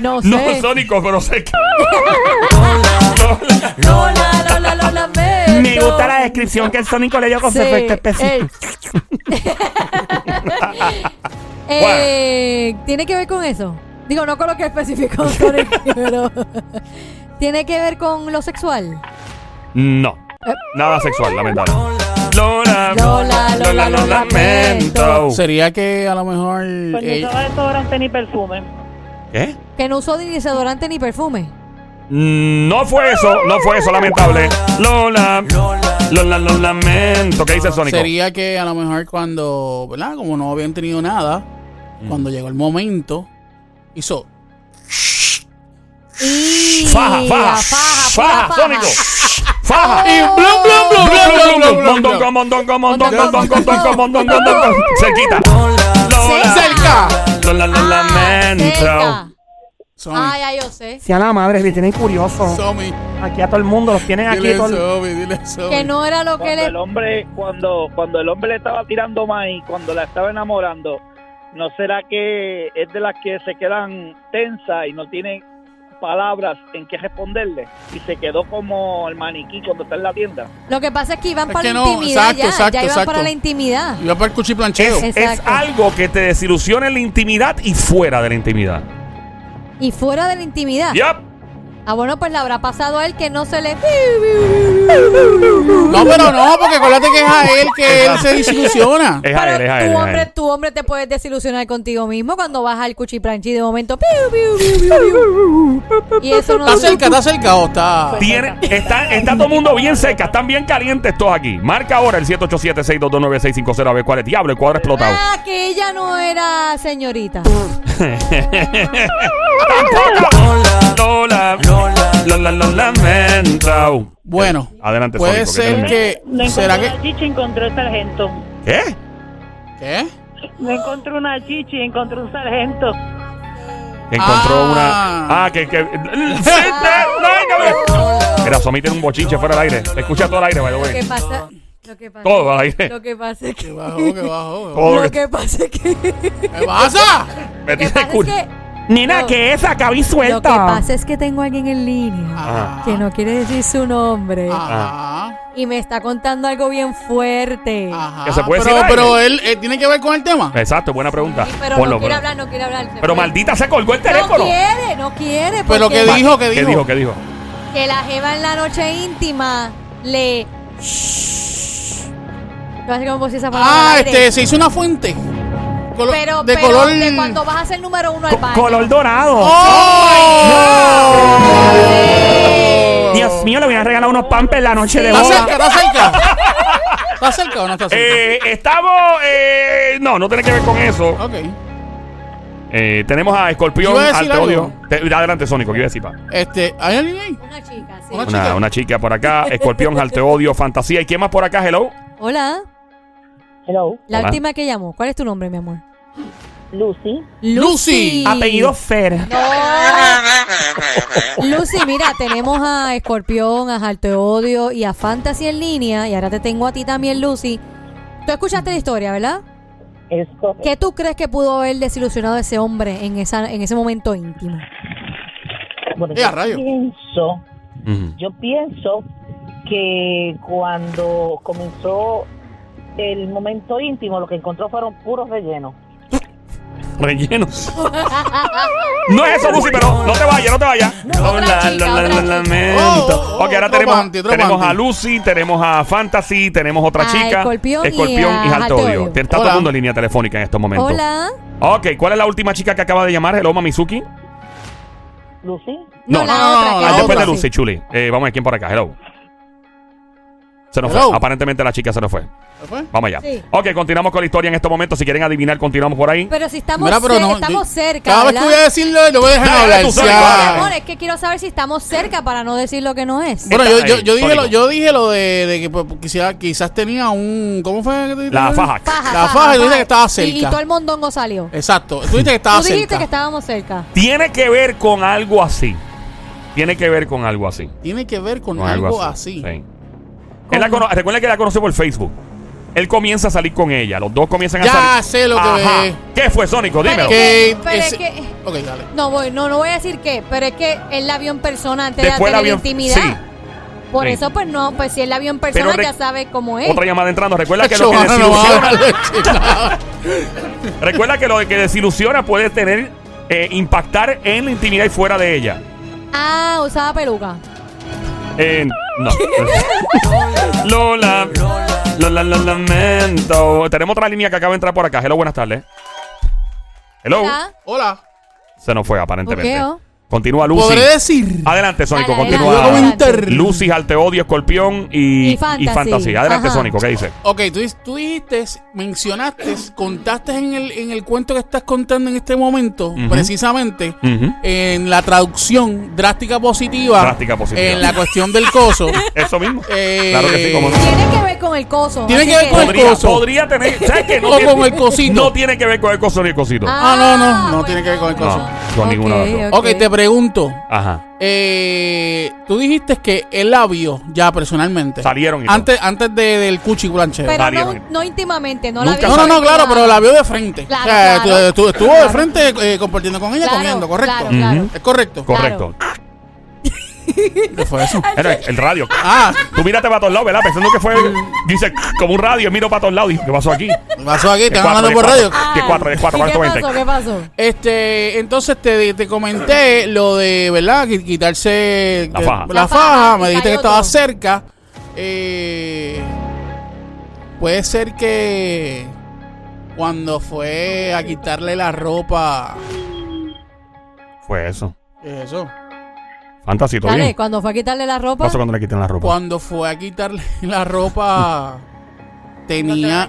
[SPEAKER 3] No sé.
[SPEAKER 1] No, Sónico, pero sé que...
[SPEAKER 3] Lola, Lola, lo lamento.
[SPEAKER 2] Me gusta la descripción que el Sónico le dio con su
[SPEAKER 3] Sí,
[SPEAKER 2] efecto especial.
[SPEAKER 3] el- Eh, Tiene que ver con eso. Digo, no con lo que especificó Sonic, pero. Tiene que ver con lo sexual.
[SPEAKER 1] No. Nada sexual, lamentable. Lola,
[SPEAKER 3] Lola, Lola, lo
[SPEAKER 1] Oh.
[SPEAKER 3] lamento.
[SPEAKER 7] Sería que a lo mejor.
[SPEAKER 4] Pues ni
[SPEAKER 7] eh,
[SPEAKER 4] usaba desodorante ni perfume.
[SPEAKER 1] ¿Qué?
[SPEAKER 3] Que no usó ni desodorante ni perfume.
[SPEAKER 1] Mm, No fue eso, no fue eso, lamentable. Lola, Lola, lo lamento. ¿Qué dice Sónico?
[SPEAKER 7] sería que a lo mejor cuando. ¿Verdad? Como no habían tenido nada, cuando llegó el momento, hizo.
[SPEAKER 3] Y
[SPEAKER 1] Faja, faja,
[SPEAKER 3] la
[SPEAKER 1] faja,
[SPEAKER 3] pura Oh.
[SPEAKER 1] Sónico. Faja.
[SPEAKER 7] Y blum, blum, blum, blum, blum, blum, blum, blum,
[SPEAKER 1] Mondongo,
[SPEAKER 7] blum.
[SPEAKER 1] mondongo, mondongo, mondongo, mondongo, mondongo. Cerquita. Lola,
[SPEAKER 7] ¡Cerca!
[SPEAKER 1] Lola, lo
[SPEAKER 3] Ah,
[SPEAKER 1] lamento.
[SPEAKER 3] cerca.
[SPEAKER 7] Somi.
[SPEAKER 3] Ay, ay, yo sé.
[SPEAKER 2] Si a la madre, le tienen curioso.
[SPEAKER 7] Somi.
[SPEAKER 2] Aquí a todo el mundo, los tienen aquí.
[SPEAKER 7] Dile
[SPEAKER 2] todo el-
[SPEAKER 7] Somi, dile Somi.
[SPEAKER 3] Que no era lo que
[SPEAKER 6] Cuando
[SPEAKER 3] le.
[SPEAKER 6] el hombre, cuando, cuando el hombre le estaba tirando maíz, cuando la estaba enamorando, ¿no será que es de las que se quedan tensas y no tienen palabras en qué responderle? Y se quedó como el maniquí cuando está en la tienda.
[SPEAKER 3] Lo que pasa es que iban
[SPEAKER 7] Es
[SPEAKER 3] para
[SPEAKER 7] que
[SPEAKER 3] la
[SPEAKER 7] no,
[SPEAKER 3] intimidad
[SPEAKER 7] exacto,
[SPEAKER 3] ya.
[SPEAKER 7] exacto,
[SPEAKER 3] ya iban
[SPEAKER 7] exacto.
[SPEAKER 3] para la intimidad.
[SPEAKER 7] Iba para el cuchiplancheo.
[SPEAKER 3] Es-
[SPEAKER 1] Es
[SPEAKER 3] Exacto.
[SPEAKER 1] algo que te desilusiona en la intimidad y fuera de la intimidad.
[SPEAKER 3] Y fuera de la intimidad.
[SPEAKER 1] Yup.
[SPEAKER 3] Ah, bueno, pues le habrá pasado a él que no se le.
[SPEAKER 7] No, pero no, porque acuérdate que es a él que él se desilusiona.
[SPEAKER 1] Es a
[SPEAKER 3] Pero
[SPEAKER 1] él, es a él,
[SPEAKER 3] tu
[SPEAKER 1] es a
[SPEAKER 3] hombre,
[SPEAKER 1] él.
[SPEAKER 3] tu hombre te puedes desilusionar contigo mismo cuando vas al cuchiplanchi de momento. piu, piu, piu, piu, piu. y eso no
[SPEAKER 7] ¿Está cerca, está cerca o está.?
[SPEAKER 1] Tiene, está, está todo el mundo bien seca, están bien calientes todos aquí. Marca ahora el 787-622-9650 a ver cuál es. Diablo, el cuadro explotado.
[SPEAKER 3] Ah, que ella no era señorita.
[SPEAKER 1] Tampoco. Lola, Lola, Lola, Lola, Mentrao.
[SPEAKER 7] Bueno.
[SPEAKER 1] Adelante,
[SPEAKER 7] Puede
[SPEAKER 1] Sónico,
[SPEAKER 7] ser
[SPEAKER 1] ¿qué
[SPEAKER 7] que.
[SPEAKER 4] No encontró
[SPEAKER 7] ¿Será
[SPEAKER 4] una
[SPEAKER 7] que.?
[SPEAKER 4] chichi, encontró el sargento.
[SPEAKER 1] ¿Qué?
[SPEAKER 7] ¿Qué?
[SPEAKER 4] No encontró una chichi, encontró un sargento.
[SPEAKER 1] Que Encontró
[SPEAKER 7] Ah.
[SPEAKER 1] una. Ah, que. eh, que... Mira, Somi tiene un bochinche fuera del aire. Escucha todo el aire, by the
[SPEAKER 3] Lo que
[SPEAKER 1] way.
[SPEAKER 3] pasa. Lo que pasa.
[SPEAKER 1] Todo al aire.
[SPEAKER 3] Lo que pasa es
[SPEAKER 7] ¿Qué
[SPEAKER 3] que.
[SPEAKER 7] bajó, qué bajó?
[SPEAKER 1] Todo lo
[SPEAKER 3] Lo
[SPEAKER 1] que.
[SPEAKER 3] que pasa es que.
[SPEAKER 7] ¿Qué pasa?
[SPEAKER 1] Me
[SPEAKER 3] Lo que
[SPEAKER 1] tiene
[SPEAKER 3] pasa es
[SPEAKER 1] cul-
[SPEAKER 3] que.
[SPEAKER 2] Nena,
[SPEAKER 3] No.
[SPEAKER 2] que esa, cabí
[SPEAKER 3] Lo que
[SPEAKER 2] suelta.
[SPEAKER 3] pasa es que tengo a alguien en línea
[SPEAKER 1] Ah.
[SPEAKER 7] Ajá.
[SPEAKER 3] que no quiere decir su nombre
[SPEAKER 7] Ajá.
[SPEAKER 3] y me está contando algo bien fuerte.
[SPEAKER 7] Ah. Ajá.
[SPEAKER 1] Que se puede
[SPEAKER 7] pero,
[SPEAKER 1] decir al
[SPEAKER 7] pero él, eh, tiene que ver con el tema.
[SPEAKER 1] Exacto, buena pregunta.
[SPEAKER 3] Sí, pero
[SPEAKER 1] Ponlo,
[SPEAKER 3] no quiere
[SPEAKER 1] ponlo.
[SPEAKER 3] hablar, no quiere hablar.
[SPEAKER 1] Pero maldita se colgó el teléfono.
[SPEAKER 3] No quiere, no quiere.
[SPEAKER 7] Pero
[SPEAKER 3] porque-
[SPEAKER 7] Pues que di- dijo, qué
[SPEAKER 1] ¿Qué
[SPEAKER 7] dijo?
[SPEAKER 1] dijo? ¿Qué dijo?
[SPEAKER 3] que la jeva en la noche íntima le no sé cómo puse esa palabra
[SPEAKER 7] Ah,
[SPEAKER 3] al aire.
[SPEAKER 7] este, se hizo una fuente. Colo-
[SPEAKER 3] pero
[SPEAKER 7] de
[SPEAKER 3] pero
[SPEAKER 7] color.
[SPEAKER 3] de cuando vas a ser número uno al
[SPEAKER 2] Co-
[SPEAKER 3] baño
[SPEAKER 2] color dorado. ¡Oh!
[SPEAKER 7] ¡Oh!
[SPEAKER 2] Dios mío, le voy a regalar unos pampers la noche de
[SPEAKER 7] ¿Está
[SPEAKER 2] boda.
[SPEAKER 7] cerca? ¿Está cerca? ¿Está cerca o no está cerca?
[SPEAKER 1] Eh, estamos. Eh, no, no tiene que ver con eso.
[SPEAKER 7] Ok.
[SPEAKER 1] Eh, tenemos a Escorpión,
[SPEAKER 7] Yo iba a
[SPEAKER 1] al
[SPEAKER 7] decir algo.
[SPEAKER 1] Teodio. Te- adelante, Sónico, ¿qué iba a decir? pa?
[SPEAKER 7] Este, ¿hay alguien ahí?
[SPEAKER 3] una chica sí
[SPEAKER 7] Una-
[SPEAKER 1] Una,
[SPEAKER 7] Chica.
[SPEAKER 1] una chica por acá, Escorpión, Alteodio, Fantasía. ¿Y quién más por acá? Hello.
[SPEAKER 3] hola
[SPEAKER 4] Hello,
[SPEAKER 3] la
[SPEAKER 1] Hola.
[SPEAKER 3] última que llamó ¿cuál es tu nombre mi amor?
[SPEAKER 4] Lucy.
[SPEAKER 7] Lucy.
[SPEAKER 2] Apellido Fer.
[SPEAKER 3] Lucy mira tenemos a Escorpión a Jalto Odio y a Fantasy en línea y ahora te tengo a ti también Lucy tú escuchaste la historia ¿verdad?
[SPEAKER 4] Es correcto.
[SPEAKER 3] ¿qué tú crees que pudo haber desilusionado a ese hombre en, esa, en ese momento íntimo?
[SPEAKER 4] Bueno,
[SPEAKER 7] Eh, a rayo.
[SPEAKER 4] pienso, yo pienso que cuando comenzó el momento íntimo, lo que encontró fueron puros rellenos.
[SPEAKER 1] Rellenos. no es eso, Lucy, pero no te vayas, no te vayas.
[SPEAKER 3] otra chica, otra chica.
[SPEAKER 1] lamento.
[SPEAKER 7] Oh, oh,
[SPEAKER 1] ok, ahora
[SPEAKER 7] otro
[SPEAKER 1] tenemos,
[SPEAKER 7] panty, otro
[SPEAKER 1] tenemos
[SPEAKER 7] panty.
[SPEAKER 1] a Lucy, tenemos a Fantasy, tenemos otra
[SPEAKER 3] A
[SPEAKER 1] chica.
[SPEAKER 3] Escorpión y a
[SPEAKER 1] y Alteodio.
[SPEAKER 3] Alteodio.
[SPEAKER 1] Está todo el
[SPEAKER 7] Hola.
[SPEAKER 1] mundo en línea telefónica en estos momentos.
[SPEAKER 3] hola
[SPEAKER 1] Ok, ¿cuál es la última chica que acaba de llamar? Hello, Mamizuki.
[SPEAKER 4] Lucy,
[SPEAKER 3] No,
[SPEAKER 1] No,
[SPEAKER 3] la
[SPEAKER 7] no, no,
[SPEAKER 3] otra.
[SPEAKER 7] no,
[SPEAKER 1] Ah,
[SPEAKER 3] que
[SPEAKER 7] la
[SPEAKER 3] la
[SPEAKER 1] después
[SPEAKER 3] otra.
[SPEAKER 1] de Lucy, chuli. Eh, vamos a ver quién por acá. Hello. Se nos
[SPEAKER 7] Hello.
[SPEAKER 1] fue. Aparentemente la chica se nos fue.
[SPEAKER 7] ¿Se fue?
[SPEAKER 1] Vamos allá.
[SPEAKER 3] Sí.
[SPEAKER 1] Ok, continuamos con la historia en estos momentos. Si quieren adivinar, continuamos por ahí.
[SPEAKER 3] Pero si estamos,
[SPEAKER 7] Mira, pero
[SPEAKER 3] cer-
[SPEAKER 7] no,
[SPEAKER 3] estamos
[SPEAKER 7] yo-
[SPEAKER 3] cerca,
[SPEAKER 7] Cada vez
[SPEAKER 3] ¿verdad?
[SPEAKER 7] que voy a decirlo, lo voy a dejar
[SPEAKER 1] Dale,
[SPEAKER 7] hablar.
[SPEAKER 1] tú sabes,
[SPEAKER 7] ya.
[SPEAKER 1] dale,
[SPEAKER 3] Mi amor, es que quiero saber si estamos cerca para no decir lo que no es.
[SPEAKER 7] Bueno, yo, yo,
[SPEAKER 1] Ahí,
[SPEAKER 7] yo dije lo,
[SPEAKER 1] sónico.
[SPEAKER 7] yo dije lo de, de que pues, quizá- quizás tenía un. ¿Cómo fue? que te-
[SPEAKER 1] La
[SPEAKER 7] te-
[SPEAKER 1] faja.
[SPEAKER 3] Faja,
[SPEAKER 7] La faja, tú dijiste que estaba cerca.
[SPEAKER 3] Y, y todo el mondongo salió.
[SPEAKER 7] Exacto. Tú dijiste que estaba
[SPEAKER 3] Tú dijiste
[SPEAKER 7] cerca.
[SPEAKER 3] que estábamos cerca.
[SPEAKER 1] Tiene que ver con algo así. Tiene que ver con algo así.
[SPEAKER 7] Tiene que ver con,
[SPEAKER 1] Con
[SPEAKER 7] algo, así.
[SPEAKER 1] Sí. Él la cono- recuerda que la conoce por Facebook. Él comienza a salir con ella. Los dos comienzan a
[SPEAKER 7] Ya
[SPEAKER 1] salir.
[SPEAKER 7] sé lo que
[SPEAKER 1] Ajá.
[SPEAKER 7] ve.
[SPEAKER 1] ¿Qué fue, Sónico? Dímelo.
[SPEAKER 3] Pero-
[SPEAKER 7] Que
[SPEAKER 3] Pero es
[SPEAKER 7] ese-
[SPEAKER 3] que-
[SPEAKER 7] Ok, dale.
[SPEAKER 3] No voy, no, no voy a decir qué, pero es que él la vio en persona antes
[SPEAKER 1] Después
[SPEAKER 3] de
[SPEAKER 1] la
[SPEAKER 3] tener
[SPEAKER 1] vio.
[SPEAKER 3] intimidad.
[SPEAKER 1] Sí.
[SPEAKER 3] Por
[SPEAKER 1] Sí.
[SPEAKER 3] eso, pues no, pues si él la vio en persona,
[SPEAKER 1] Pero re-
[SPEAKER 3] ya sabe cómo es.
[SPEAKER 1] Otra llamada entrando. Recuerda que lo que
[SPEAKER 7] Chomano, no va a
[SPEAKER 1] desilusiona,
[SPEAKER 7] hablar de chingada.
[SPEAKER 1] recuerda que lo que desilusiona puede tener eh, impactar en la intimidad y fuera de ella.
[SPEAKER 3] Ah, usaba peluca.
[SPEAKER 1] Eh, no. Lola. Lola, lo lamento. Tenemos otra línea que acaba de entrar por acá. Hello, buenas tardes. Hello.
[SPEAKER 3] ¿Verdad?
[SPEAKER 7] Hola.
[SPEAKER 1] Se nos fue aparentemente.
[SPEAKER 3] Ok, oh.
[SPEAKER 1] Continúa Lucy.
[SPEAKER 7] ¿Podré decir?
[SPEAKER 1] Adelante, Sónico,
[SPEAKER 3] Dale,
[SPEAKER 1] continúa.
[SPEAKER 3] dale,
[SPEAKER 7] Luego inter-
[SPEAKER 1] Lucy, Alteodio, Escorpión y,
[SPEAKER 3] Y Fantasy.
[SPEAKER 1] Adelante,
[SPEAKER 3] Ajá.
[SPEAKER 1] Sónico, ¿qué dice?
[SPEAKER 7] Ok, tú, dis- tú dijiste, mencionaste, contaste en el, en el cuento que estás contando en este momento,
[SPEAKER 1] Ujú.
[SPEAKER 7] precisamente,
[SPEAKER 1] Ujú.
[SPEAKER 7] en la traducción drástica positiva,
[SPEAKER 1] Drástica positiva.
[SPEAKER 7] en la cuestión del coso.
[SPEAKER 1] Eso mismo.
[SPEAKER 7] Eh,
[SPEAKER 1] claro que sí, como no.
[SPEAKER 3] Tiene que ver con el coso.
[SPEAKER 7] Tiene
[SPEAKER 3] así
[SPEAKER 7] que ver con el
[SPEAKER 1] Podría,
[SPEAKER 7] coso.
[SPEAKER 1] podría tener. ¿Sabes qué? No
[SPEAKER 7] o con
[SPEAKER 1] tiene,
[SPEAKER 7] el cosito.
[SPEAKER 1] no tiene que ver con el coso ni el cosito.
[SPEAKER 7] Ah, no, no, no tiene que ver con el
[SPEAKER 1] coso. No, con ninguna de las dos.
[SPEAKER 3] Ok,
[SPEAKER 7] ok, te pregunto,
[SPEAKER 1] Ajá.
[SPEAKER 7] eh, tú dijiste que él la vio ya personalmente.
[SPEAKER 1] Salieron y todo.
[SPEAKER 7] Antes, antes de- del cuchi blancheo.
[SPEAKER 3] Pero
[SPEAKER 1] Nadie,
[SPEAKER 3] no,
[SPEAKER 1] Magda.
[SPEAKER 3] no íntimamente, no la
[SPEAKER 1] Nunca
[SPEAKER 3] vi.
[SPEAKER 7] No, no, no, claro, pero la vio de frente.
[SPEAKER 3] Claro,
[SPEAKER 7] o sea, tú-
[SPEAKER 3] claro.
[SPEAKER 7] tú- estuvo de frente eh, compartiendo con ella,
[SPEAKER 3] Claro,
[SPEAKER 7] comiendo, ¿correcto?
[SPEAKER 3] Claro, claro.
[SPEAKER 1] Ujú.
[SPEAKER 7] Es correcto.
[SPEAKER 1] Correcto.
[SPEAKER 7] ¿Qué fue eso?
[SPEAKER 1] Era el, el radio.
[SPEAKER 7] Ah,
[SPEAKER 1] Tú mírate para todos lados, ¿verdad? Pensando que fue. Dice como un radio, miro para todos lados. Dijo, ¿Qué pasó aquí?
[SPEAKER 7] me pasó aquí, te
[SPEAKER 1] Es
[SPEAKER 7] van hablando por
[SPEAKER 1] cuatro,
[SPEAKER 7] radio.
[SPEAKER 1] es cuatro, es cuatro,
[SPEAKER 3] Ah. ¿Y
[SPEAKER 1] cuatro, veinte.
[SPEAKER 3] ¿Qué pasó? ¿Qué pasó?
[SPEAKER 7] Este, entonces te, te comenté lo de, ¿verdad? Qui- Quitarse
[SPEAKER 1] La
[SPEAKER 7] que-
[SPEAKER 1] faja.
[SPEAKER 7] la
[SPEAKER 3] La
[SPEAKER 7] faja,
[SPEAKER 3] faja,
[SPEAKER 7] me dijiste
[SPEAKER 3] cayó
[SPEAKER 7] que estaba
[SPEAKER 3] todo.
[SPEAKER 7] cerca. Eh, puede ser que cuando fue a quitarle la ropa,
[SPEAKER 1] Fue eso.
[SPEAKER 7] ¿qué es eso?
[SPEAKER 1] Fantasy, ¿todo
[SPEAKER 3] Dale,
[SPEAKER 1] bien?
[SPEAKER 3] cuando fue a quitarle la ropa,
[SPEAKER 1] pasó cuando le quiten la ropa?
[SPEAKER 7] Cuando fue a quitarle la ropa, tenía...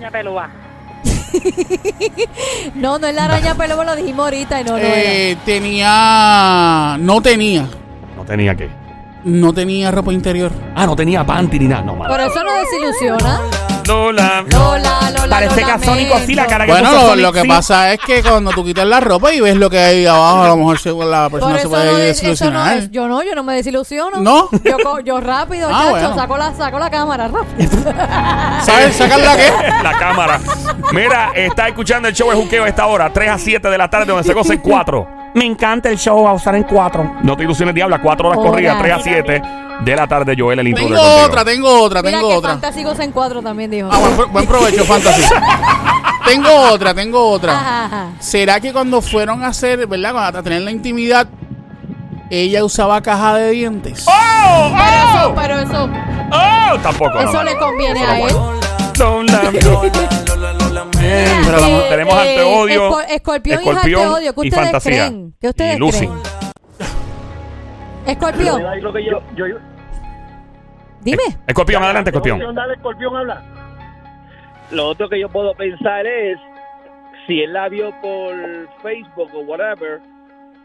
[SPEAKER 3] no, no es la araña pelo, lo dijimos ahorita y no, no era.
[SPEAKER 7] Eh, tenía. No tenía.
[SPEAKER 1] No tenía que.
[SPEAKER 7] No tenía ropa interior.
[SPEAKER 1] Ah, no tenía panty ni nada. No,
[SPEAKER 3] Por
[SPEAKER 1] mano.
[SPEAKER 3] eso no desilusiona.
[SPEAKER 1] Lola.
[SPEAKER 3] Lola, Lola,
[SPEAKER 2] Parece que
[SPEAKER 3] Lola,
[SPEAKER 2] a Sónico sí la cara que
[SPEAKER 7] Bueno,
[SPEAKER 2] puso
[SPEAKER 7] lo,
[SPEAKER 2] Sonic,
[SPEAKER 7] lo que
[SPEAKER 2] sí.
[SPEAKER 7] pasa es que cuando tú quitas la ropa y ves lo que hay abajo, a lo mejor se- la
[SPEAKER 3] Por
[SPEAKER 7] persona se
[SPEAKER 3] eso no,
[SPEAKER 7] puede
[SPEAKER 3] es- eso no
[SPEAKER 7] desilusionar.
[SPEAKER 3] es. Yo no, yo no me desilusiono.
[SPEAKER 7] ¿No?
[SPEAKER 3] Yo, co- yo rápido,
[SPEAKER 7] Ah,
[SPEAKER 3] chacho,
[SPEAKER 7] bueno.
[SPEAKER 3] saco, la, saco la cámara rápido. ah.
[SPEAKER 7] ¿Sabes? ¿Sacar la qué?
[SPEAKER 1] la cámara. Mira, está escuchando el show de Juqueo a esta hora, 3 a 7 de la tarde, donde se goza en 4.
[SPEAKER 2] Me encanta el show a usar en cuatro.
[SPEAKER 1] No te ilusiones, diabla, 4 horas
[SPEAKER 3] Hola.
[SPEAKER 1] corridas, 3 a 7 de la tarde, Joel, el intruder
[SPEAKER 7] Tengo
[SPEAKER 1] contigo.
[SPEAKER 7] otra, tengo otra,
[SPEAKER 3] Mira
[SPEAKER 7] tengo
[SPEAKER 3] que
[SPEAKER 7] otra.
[SPEAKER 3] Fantasicos en cuatro también dijo.
[SPEAKER 7] Ah, buen, pro- buen provecho, fantasy. tengo otra, tengo otra.
[SPEAKER 3] Ajá, ajá.
[SPEAKER 7] ¿Será que cuando fueron a hacer, ¿verdad? Cuando- A tener la intimidad, ella usaba caja de dientes.
[SPEAKER 1] ¡Oh!
[SPEAKER 3] Pero eso, pero eso,
[SPEAKER 1] ¡Oh! ¡Oh! Tampoco. no,
[SPEAKER 3] eso
[SPEAKER 1] no,
[SPEAKER 3] le
[SPEAKER 1] no.
[SPEAKER 3] conviene
[SPEAKER 1] Eso
[SPEAKER 3] a
[SPEAKER 1] no
[SPEAKER 3] él.
[SPEAKER 1] puede. Pero la-
[SPEAKER 3] Eh,
[SPEAKER 1] tenemos
[SPEAKER 3] eh,
[SPEAKER 1] anteodio.
[SPEAKER 3] escor- escorpión,
[SPEAKER 1] Escorpión
[SPEAKER 3] y anteodio. ¿Qué
[SPEAKER 1] y
[SPEAKER 3] ustedes
[SPEAKER 1] fantasía.
[SPEAKER 3] creen? ¿Qué ustedes
[SPEAKER 1] Y Lucy.
[SPEAKER 3] creen? Escorpión,
[SPEAKER 5] Lo que yo, yo, yo-
[SPEAKER 3] dime.
[SPEAKER 1] Escorpión, adelante, escorpión.
[SPEAKER 5] Dale, escorpión, habla.
[SPEAKER 6] Lo otro que yo puedo pensar es si él la vio por Facebook o whatever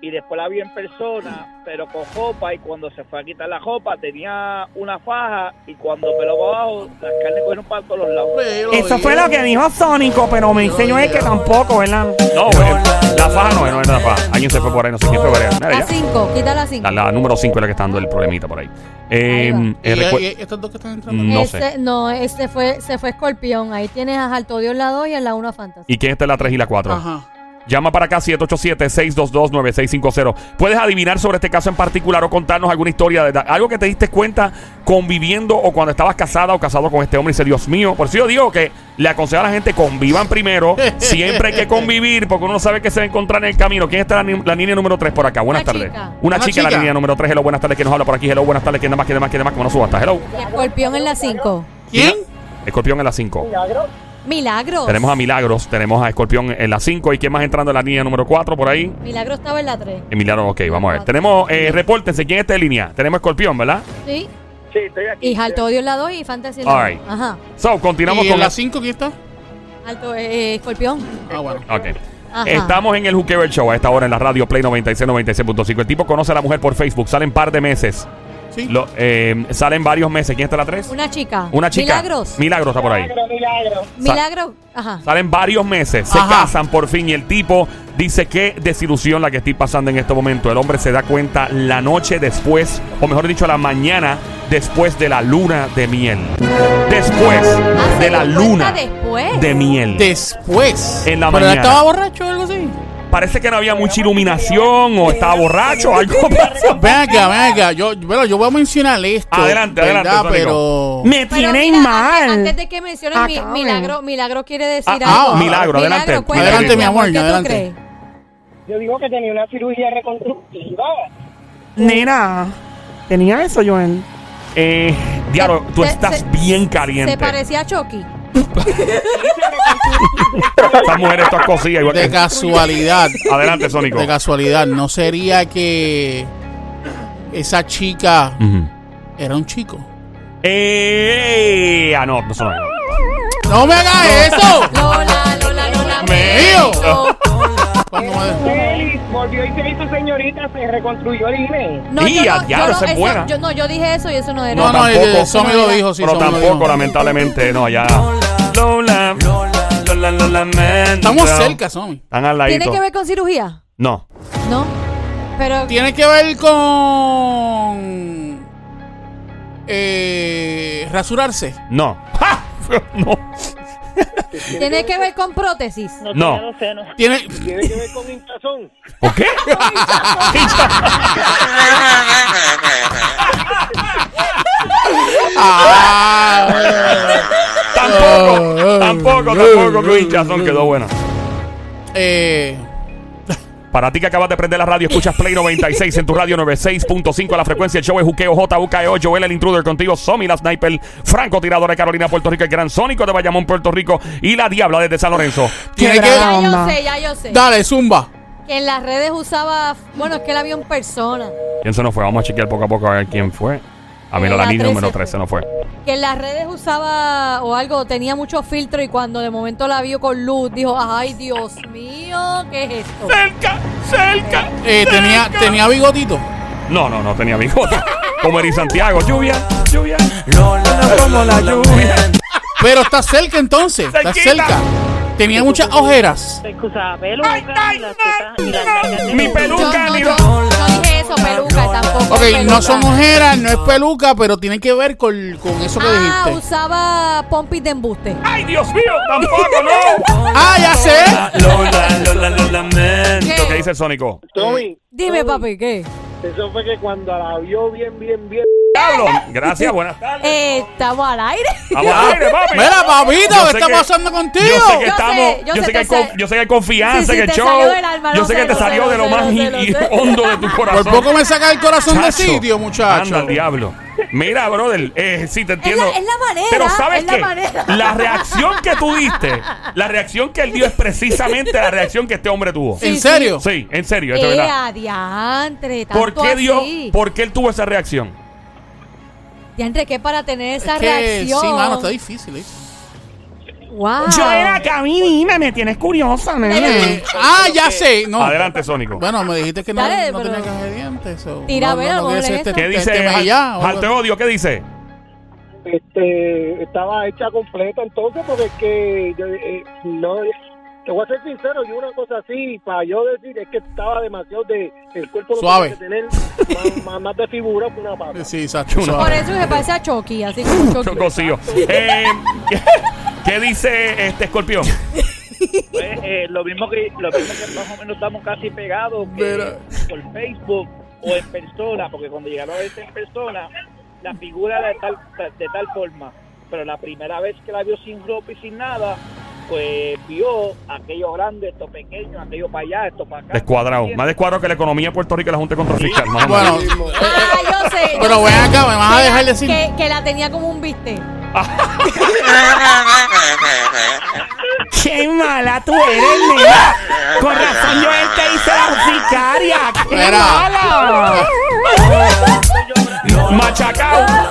[SPEAKER 6] y después la vio en persona, pero con ropa y cuando se fue a quitar la ropa tenía una faja y cuando peló para abajo las carnes cogieron para todos los lados.
[SPEAKER 2] Eso fue lo que dijo Sónico, pero me enseñó es que tampoco, ¿verdad?
[SPEAKER 1] No, güey, la faja no, no era la faja. Alguien se fue por ahí, no sé quién fue por ahí. Mira,
[SPEAKER 3] La
[SPEAKER 1] ya.
[SPEAKER 3] 5, quita la 5.
[SPEAKER 1] La, la número 5 es la que está dando el problemita por ahí. Eh,
[SPEAKER 3] Ahí va.
[SPEAKER 1] eh,
[SPEAKER 7] Y-
[SPEAKER 1] recu-
[SPEAKER 7] y- y Estas dos que están entrando.
[SPEAKER 1] Mm. no
[SPEAKER 3] Ese- no, ese fue, se fue Escorpión. Ahí tienes a Jaltodio en la 2 y en la 1 a Fantasy.
[SPEAKER 1] ¿Y quién está en la 3 y la 4?
[SPEAKER 7] Ajá.
[SPEAKER 1] Llama para acá 787-622-9650. Puedes adivinar sobre este caso en particular o contarnos alguna historia de algo que te diste cuenta conviviendo o cuando estabas casada o casado con este hombre y dice, Dios mío. Por eso yo digo que le aconsejo a la gente convivan primero. Siempre hay que convivir porque uno no sabe qué se va a encontrar en el camino. ¿Quién está en la, ni- la línea número 3 por acá? Buenas
[SPEAKER 3] Una
[SPEAKER 1] tardes.
[SPEAKER 3] chica.
[SPEAKER 1] Una,
[SPEAKER 7] Una
[SPEAKER 1] chica en la
[SPEAKER 7] chica.
[SPEAKER 1] línea número 3. Hello, buenas tardes. ¿Quién nos habla por aquí? Hello, buenas tardes. ¿Quién más? ¿Quién más? ¿Quién más? ¿Cómo nos subasta? Hello.
[SPEAKER 3] Escorpión en la 5.
[SPEAKER 7] ¿Quién?
[SPEAKER 1] Escorpión en la 5.
[SPEAKER 3] Milagros.
[SPEAKER 1] Tenemos a Milagros, tenemos a Escorpión en la 5. ¿Y quién más entrando en la línea número 4 por ahí?
[SPEAKER 3] Milagros estaba en la 3.
[SPEAKER 1] Emiliano, ok, vamos a ver. Tenemos, eh, repórtense, ¿quién está en línea? Tenemos Escorpión, ¿verdad?
[SPEAKER 3] Sí.
[SPEAKER 6] Sí, estoy aquí.
[SPEAKER 3] Y Jaltodio en la 2 y Fantasy en la 1.
[SPEAKER 1] Alright.
[SPEAKER 3] Ajá.
[SPEAKER 1] So, continuamos
[SPEAKER 7] ¿Y
[SPEAKER 1] con
[SPEAKER 7] en
[SPEAKER 1] la...
[SPEAKER 7] la 5 quién está?
[SPEAKER 3] Alto, eh, Escorpión.
[SPEAKER 7] Ah, bueno.
[SPEAKER 1] Ok.
[SPEAKER 3] Ajá.
[SPEAKER 1] Estamos en el Juqueo el Show a esta hora en la radio Play 96, 96.5. El tipo conoce a la mujer por Facebook, salen par de meses.
[SPEAKER 7] Sí.
[SPEAKER 1] Lo- eh, salen varios meses. ¿Quién está la 3?
[SPEAKER 3] Una chica.
[SPEAKER 1] Una chica.
[SPEAKER 3] Milagros.
[SPEAKER 1] Milagros está por ahí.
[SPEAKER 4] Milagro, milagro.
[SPEAKER 3] Milagros. Ajá.
[SPEAKER 1] Salen varios meses, se
[SPEAKER 7] Ajá.
[SPEAKER 1] casan por fin y el tipo dice qué desilusión la que estoy pasando en este momento. El hombre se da cuenta la noche después, o mejor dicho, la mañana después de la luna de miel. Después
[SPEAKER 3] Ah,
[SPEAKER 1] de
[SPEAKER 3] se
[SPEAKER 1] la
[SPEAKER 3] dio cuenta
[SPEAKER 1] luna
[SPEAKER 3] después.
[SPEAKER 1] de miel.
[SPEAKER 7] Después.
[SPEAKER 1] En la
[SPEAKER 7] ¿Pero él
[SPEAKER 1] mañana.
[SPEAKER 7] estaba borracho o algo así?
[SPEAKER 1] Parece que no había mucha iluminación o estaba borracho o algo pasó.
[SPEAKER 7] Ven acá, ven acá. Yo, bueno, yo voy a mencionar esto.
[SPEAKER 1] Adelante,
[SPEAKER 7] ¿verdad?
[SPEAKER 1] adelante, Sónico.
[SPEAKER 7] Pero.
[SPEAKER 2] Me
[SPEAKER 3] Pero
[SPEAKER 2] tienen
[SPEAKER 3] mira,
[SPEAKER 2] mal.
[SPEAKER 3] Antes, antes de que menciones mi-
[SPEAKER 2] Acaben.
[SPEAKER 3] milagro, milagro quiere decir
[SPEAKER 1] Ah,
[SPEAKER 7] ah,
[SPEAKER 3] algo.
[SPEAKER 1] Milagro, adelante.
[SPEAKER 3] cuéntame,
[SPEAKER 1] Adelante,
[SPEAKER 7] mi amor,
[SPEAKER 3] ¿qué tú
[SPEAKER 7] adelante.
[SPEAKER 3] crees?
[SPEAKER 4] Yo digo que tenía una cirugía reconstructiva.
[SPEAKER 2] Nena, tenía eso, Joel.
[SPEAKER 1] Eh, Diablo, tú
[SPEAKER 3] Se-
[SPEAKER 1] estás
[SPEAKER 3] se-
[SPEAKER 1] bien
[SPEAKER 3] Se
[SPEAKER 1] caliente.
[SPEAKER 3] parecía a Chucky.
[SPEAKER 1] Esta mujer estas cosillas igual
[SPEAKER 7] De
[SPEAKER 1] que...
[SPEAKER 7] casualidad.
[SPEAKER 1] Adelante, Sónico.
[SPEAKER 7] De casualidad. ¿No sería que esa chica
[SPEAKER 1] Ujú.
[SPEAKER 7] era un chico?
[SPEAKER 1] Eh, ah, no, no, eso no es.
[SPEAKER 7] ¡No me hagas eso!
[SPEAKER 3] Lola, Lola, Lola.
[SPEAKER 7] ¡Mío!
[SPEAKER 3] Melo.
[SPEAKER 7] Cuando me-
[SPEAKER 4] Félix volvió y se hizo señorita, se reconstruyó el INE.
[SPEAKER 3] No,
[SPEAKER 1] Y
[SPEAKER 3] yo
[SPEAKER 1] a
[SPEAKER 3] no, yo
[SPEAKER 1] diablo,
[SPEAKER 3] no,
[SPEAKER 1] esa es
[SPEAKER 3] eso-
[SPEAKER 1] buena.
[SPEAKER 3] yo no, yo dije eso y eso no era.
[SPEAKER 7] No, no,
[SPEAKER 1] tampoco.
[SPEAKER 7] eh, Somi lo dijo, sí,
[SPEAKER 1] pero
[SPEAKER 7] Somi lo
[SPEAKER 1] tampoco,
[SPEAKER 7] dijo.
[SPEAKER 1] lamentablemente, no, ya. Lola, Lola, Lola, lo lamento.
[SPEAKER 7] Estamos cerca, Somi.
[SPEAKER 1] Están al
[SPEAKER 3] ¿Tiene
[SPEAKER 1] ladito.
[SPEAKER 3] que ver con cirugía?
[SPEAKER 1] No.
[SPEAKER 3] No. Pero
[SPEAKER 7] Tiene que ver con. Eh, rasurarse.
[SPEAKER 1] No. ¡Ja! No.
[SPEAKER 3] tiene que ver con prótesis.
[SPEAKER 1] No.
[SPEAKER 4] tenía dos senos.
[SPEAKER 7] Tiene.
[SPEAKER 5] Tiene que ver con hinchazón.
[SPEAKER 1] ¿Por qué?
[SPEAKER 7] Ah,
[SPEAKER 1] tampoco, tampoco, tampoco. Luis Chazón quedó buena.
[SPEAKER 7] eh,
[SPEAKER 1] Para ti que acabas de prender la radio, escuchas Play 96 en tu radio 96.5 a la frecuencia. El show es Juqueo, JUKEO, E Joel el Intruder contigo, Somi la Sniper, Franco Tiradora de Carolina, Puerto Rico, el Gran Sónico de Bayamón, Puerto Rico y la Diabla desde San Lorenzo.
[SPEAKER 7] tiene que.
[SPEAKER 3] Ya yo
[SPEAKER 2] Onda.
[SPEAKER 3] sé, ya yo sé.
[SPEAKER 7] Dale, zumba.
[SPEAKER 3] Que en las redes usaba. Bueno, es que él había un persona.
[SPEAKER 1] ¿Quién se nos fue? Vamos a chequear poco a poco a ver quién fue. A ver,
[SPEAKER 3] Eh,
[SPEAKER 1] la
[SPEAKER 3] la
[SPEAKER 1] niña número 13
[SPEAKER 3] 13
[SPEAKER 1] no fue.
[SPEAKER 3] Que en las redes usaba o algo, tenía mucho filtro y cuando de momento la vio con luz, dijo, ay Dios mío, ¿qué es esto?
[SPEAKER 1] ¡Cerca! ¡Cerca!
[SPEAKER 7] Eh, tenía, tenía bigotito.
[SPEAKER 1] No, no, no tenía bigote. Como Eri Santiago. Lluvia, lluvia. Lola, como la lluvia.
[SPEAKER 7] Pero está cerca entonces. Está
[SPEAKER 1] Cerquita.
[SPEAKER 7] cerca. Tenía muchas ojeras.
[SPEAKER 4] Se excusaba peluca, las tetas y las nalgas de
[SPEAKER 1] Mi
[SPEAKER 4] peluca.
[SPEAKER 3] Yo
[SPEAKER 1] peluca,
[SPEAKER 3] no,
[SPEAKER 1] mi
[SPEAKER 3] yo- yo dije eso, peluca, tampoco.
[SPEAKER 7] Ok, no
[SPEAKER 3] peluca.
[SPEAKER 7] son ojeras, no es peluca, pero tiene que ver con, con eso que
[SPEAKER 3] Ah,
[SPEAKER 7] dijiste.
[SPEAKER 3] usaba pompis de embuste.
[SPEAKER 1] ¡Ay, Dios mío! ¡Tampoco, no!
[SPEAKER 7] ¡Ah, ya sé!
[SPEAKER 1] Lola, Lola, lo lamento.
[SPEAKER 3] ¿Qué?
[SPEAKER 1] ¿Qué dice el Sónico?
[SPEAKER 5] Tommy,
[SPEAKER 3] Dime, papi, ¿qué?
[SPEAKER 5] eso fue que cuando la vio bien, bien, bien.
[SPEAKER 1] ¡Diablo! Gracias, buenas tardes.
[SPEAKER 3] Eh, Estamos al aire. Eh,
[SPEAKER 1] ¡Vamos al aire, papi!
[SPEAKER 7] Mira,
[SPEAKER 1] Yo
[SPEAKER 7] papito,
[SPEAKER 1] sé
[SPEAKER 7] ¿qué está
[SPEAKER 1] que-
[SPEAKER 7] pasando
[SPEAKER 1] Yo sé que
[SPEAKER 7] contigo?
[SPEAKER 3] Yo sé,
[SPEAKER 1] estamos, yo,
[SPEAKER 3] yo
[SPEAKER 1] sé
[SPEAKER 3] sé,
[SPEAKER 1] que hay
[SPEAKER 3] te
[SPEAKER 1] conf-
[SPEAKER 3] sa-
[SPEAKER 1] yo sé que hay confianza,
[SPEAKER 3] Sí, sí,
[SPEAKER 1] que el
[SPEAKER 3] te
[SPEAKER 1] show,
[SPEAKER 3] salió del alma,
[SPEAKER 1] yo
[SPEAKER 3] lo
[SPEAKER 1] sé
[SPEAKER 3] sé,
[SPEAKER 1] que te
[SPEAKER 3] lo
[SPEAKER 1] salió
[SPEAKER 3] sé,
[SPEAKER 1] de
[SPEAKER 3] lo
[SPEAKER 1] lo
[SPEAKER 3] sé,
[SPEAKER 1] más
[SPEAKER 3] lo
[SPEAKER 1] y-
[SPEAKER 3] sé, lo
[SPEAKER 1] y
[SPEAKER 3] sé.
[SPEAKER 1] hondo de tu corazón.
[SPEAKER 7] Por poco me saca el corazón de
[SPEAKER 1] Chacho.
[SPEAKER 7] sitio, muchacho.
[SPEAKER 1] Anda al diablo. Mira, brother, eh, sí te entiendo.
[SPEAKER 3] Es la- es la manera,
[SPEAKER 1] Pero ¿sabes
[SPEAKER 3] es la
[SPEAKER 1] qué?
[SPEAKER 3] manera.
[SPEAKER 1] La reacción que tú diste, la reacción que él dio es precisamente la reacción que este hombre tuvo.
[SPEAKER 7] ¿En serio?
[SPEAKER 1] Sí, en serio, es de
[SPEAKER 3] Eh,
[SPEAKER 1] verdad.
[SPEAKER 3] adiantre, tanto
[SPEAKER 1] ¿Por qué dio,
[SPEAKER 3] así.
[SPEAKER 1] por qué él tuvo esa reacción?
[SPEAKER 3] Diantre, que para tener esa
[SPEAKER 7] Es que-
[SPEAKER 3] reacción.
[SPEAKER 7] Sí, mano, está difícil. ¿eh?
[SPEAKER 3] Wow.
[SPEAKER 2] Joel, acá a mí dime, me tienes curiosa, nena.
[SPEAKER 7] Eh, ah, ya sé. No.
[SPEAKER 1] Adelante, Sónico.
[SPEAKER 7] Bueno, me dijiste que no,
[SPEAKER 3] Dale,
[SPEAKER 7] no
[SPEAKER 3] pero-
[SPEAKER 7] tenía caja de dientes. o-
[SPEAKER 3] Tira,
[SPEAKER 7] no,
[SPEAKER 3] a ver,
[SPEAKER 7] no,
[SPEAKER 3] a
[SPEAKER 7] no
[SPEAKER 3] lo
[SPEAKER 7] quería
[SPEAKER 3] mejor
[SPEAKER 7] decir
[SPEAKER 3] es
[SPEAKER 7] este-
[SPEAKER 3] eso.
[SPEAKER 1] ¿Qué
[SPEAKER 7] este
[SPEAKER 1] dice?
[SPEAKER 7] mejillá, o
[SPEAKER 1] Jal-
[SPEAKER 7] algo.
[SPEAKER 1] Jalte odio, ¿qué dice?
[SPEAKER 5] este, estaba hecha completa entonces porque es que yo, eh, no te voy a ser sincero yo una cosa así para yo decir es que estaba demasiado de el cuerpo no
[SPEAKER 7] Suave.
[SPEAKER 5] tenía que tener más, más, más de figura que una papa
[SPEAKER 7] Sí, exacto.
[SPEAKER 1] Una-
[SPEAKER 3] Por
[SPEAKER 7] suave.
[SPEAKER 3] eso se parece a Chucky, así como Chucky.
[SPEAKER 1] Chococillo. Eh, ¿Qué dice este escorpión?
[SPEAKER 6] Pues, eh, lo mismo que lo mismo que más o menos estamos casi pegados que
[SPEAKER 7] Mira.
[SPEAKER 6] por Facebook o en persona, porque cuando llegaron a verse en persona, la figura era de tal, de tal forma. Pero la primera vez que la vio sin ropa y sin nada, pues vio aquello grande, esto pequeño, aquello para allá, esto para acá.
[SPEAKER 1] Descuadrado. Más descuadrado que la economía de Puerto Rico y la Junta de Control Fiscal. más o menos.
[SPEAKER 7] Bueno,
[SPEAKER 3] Ah, yo sé. yo
[SPEAKER 7] pero
[SPEAKER 3] sé.
[SPEAKER 7] ven acá, me vas a
[SPEAKER 3] Que
[SPEAKER 7] dejar
[SPEAKER 3] la-
[SPEAKER 7] decir.
[SPEAKER 3] Que, que la tenía como un viste.
[SPEAKER 2] Qué mala tú eres, nena. Con razón, Joel te hice la sicaria. Qué
[SPEAKER 7] Mira.
[SPEAKER 2] mala.
[SPEAKER 7] Ah.
[SPEAKER 1] Machacao.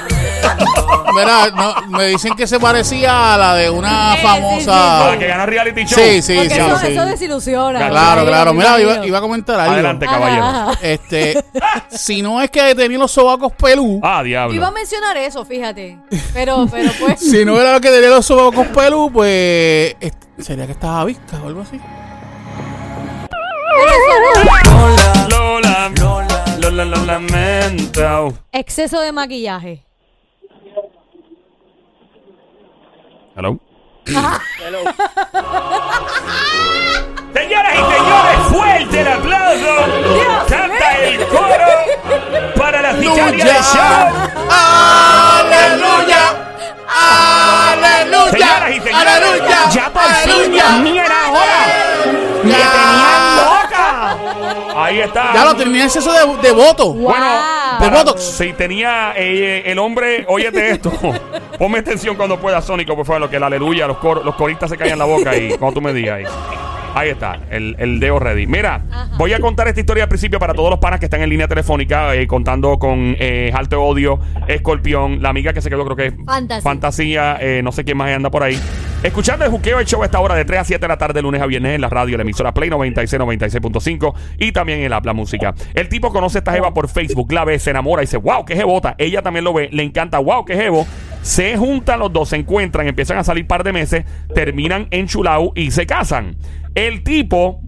[SPEAKER 7] mira, no, me dicen que se parecía a la de una
[SPEAKER 3] Sí, sí,
[SPEAKER 7] famosa.
[SPEAKER 1] Para que gana reality show.
[SPEAKER 7] Sí, sí,
[SPEAKER 3] Porque
[SPEAKER 7] sí.
[SPEAKER 3] eso,
[SPEAKER 7] sí.
[SPEAKER 3] eso desilusiona.
[SPEAKER 7] Claro,
[SPEAKER 3] me
[SPEAKER 7] claro.
[SPEAKER 3] imagino,
[SPEAKER 7] Mira,
[SPEAKER 3] me
[SPEAKER 7] iba,
[SPEAKER 3] imagino.
[SPEAKER 7] iba a comentar algo.
[SPEAKER 1] Adelante,
[SPEAKER 3] Ajá,
[SPEAKER 1] caballero.
[SPEAKER 3] ajá.
[SPEAKER 7] Este, si no es que tenía los sobacos pelú,
[SPEAKER 1] Ah,
[SPEAKER 3] Iba a
[SPEAKER 1] diablo.
[SPEAKER 3] mencionar eso, fíjate. Pero, pero pues.
[SPEAKER 7] si no era que tenía los sobacos pelú, pues est- sería que estaba visca o algo así.
[SPEAKER 1] Lola, Lola, lo lamento.
[SPEAKER 3] Exceso de maquillaje.
[SPEAKER 1] Hello.
[SPEAKER 6] Hello.
[SPEAKER 1] Señoras y señores, fuerte el aplauso. Canta el coro para la sicaria de Shaw.
[SPEAKER 7] ¡Aleluya! ¡Aleluya!
[SPEAKER 1] Señoras y señores,
[SPEAKER 2] Ya por fin, Dios mío, era hora. Me tenían
[SPEAKER 7] Ya,
[SPEAKER 2] loca.
[SPEAKER 1] Ahí está.
[SPEAKER 7] Ya lo tenía exceso de, de voto.
[SPEAKER 1] Bueno,
[SPEAKER 3] Wow.
[SPEAKER 7] de Botox.
[SPEAKER 1] Si tenía eh, el hombre, óyete esto. Ponme atención cuando pueda, Sónico, por favor, que el aleluya, los, cor- los coristas se callan la boca y cuando tú me digas ahí. Ahí está, el, el deo ready. Mira, voy a contar esta historia al principio para todos los panas que están en línea telefónica, eh, contando con eh, Alto Odio, Escorpión, la amiga que se quedó, creo que es
[SPEAKER 3] Fantasy.
[SPEAKER 1] Fantasía, eh, no sé quién más anda por ahí. Escuchando el juqueo el show a esta hora de 3 a 7 de la tarde, lunes a viernes en la radio, la emisora Play 96, 96.5 y también el app La Música. El tipo conoce a esta Jeva por Facebook, la ve, se enamora y dice, wow, qué jebota. Ella también lo ve, le encanta, wow, qué jevo. Se juntan los dos, se encuentran, empiezan a salir par de meses, terminan en Chulau y se casan. El tipo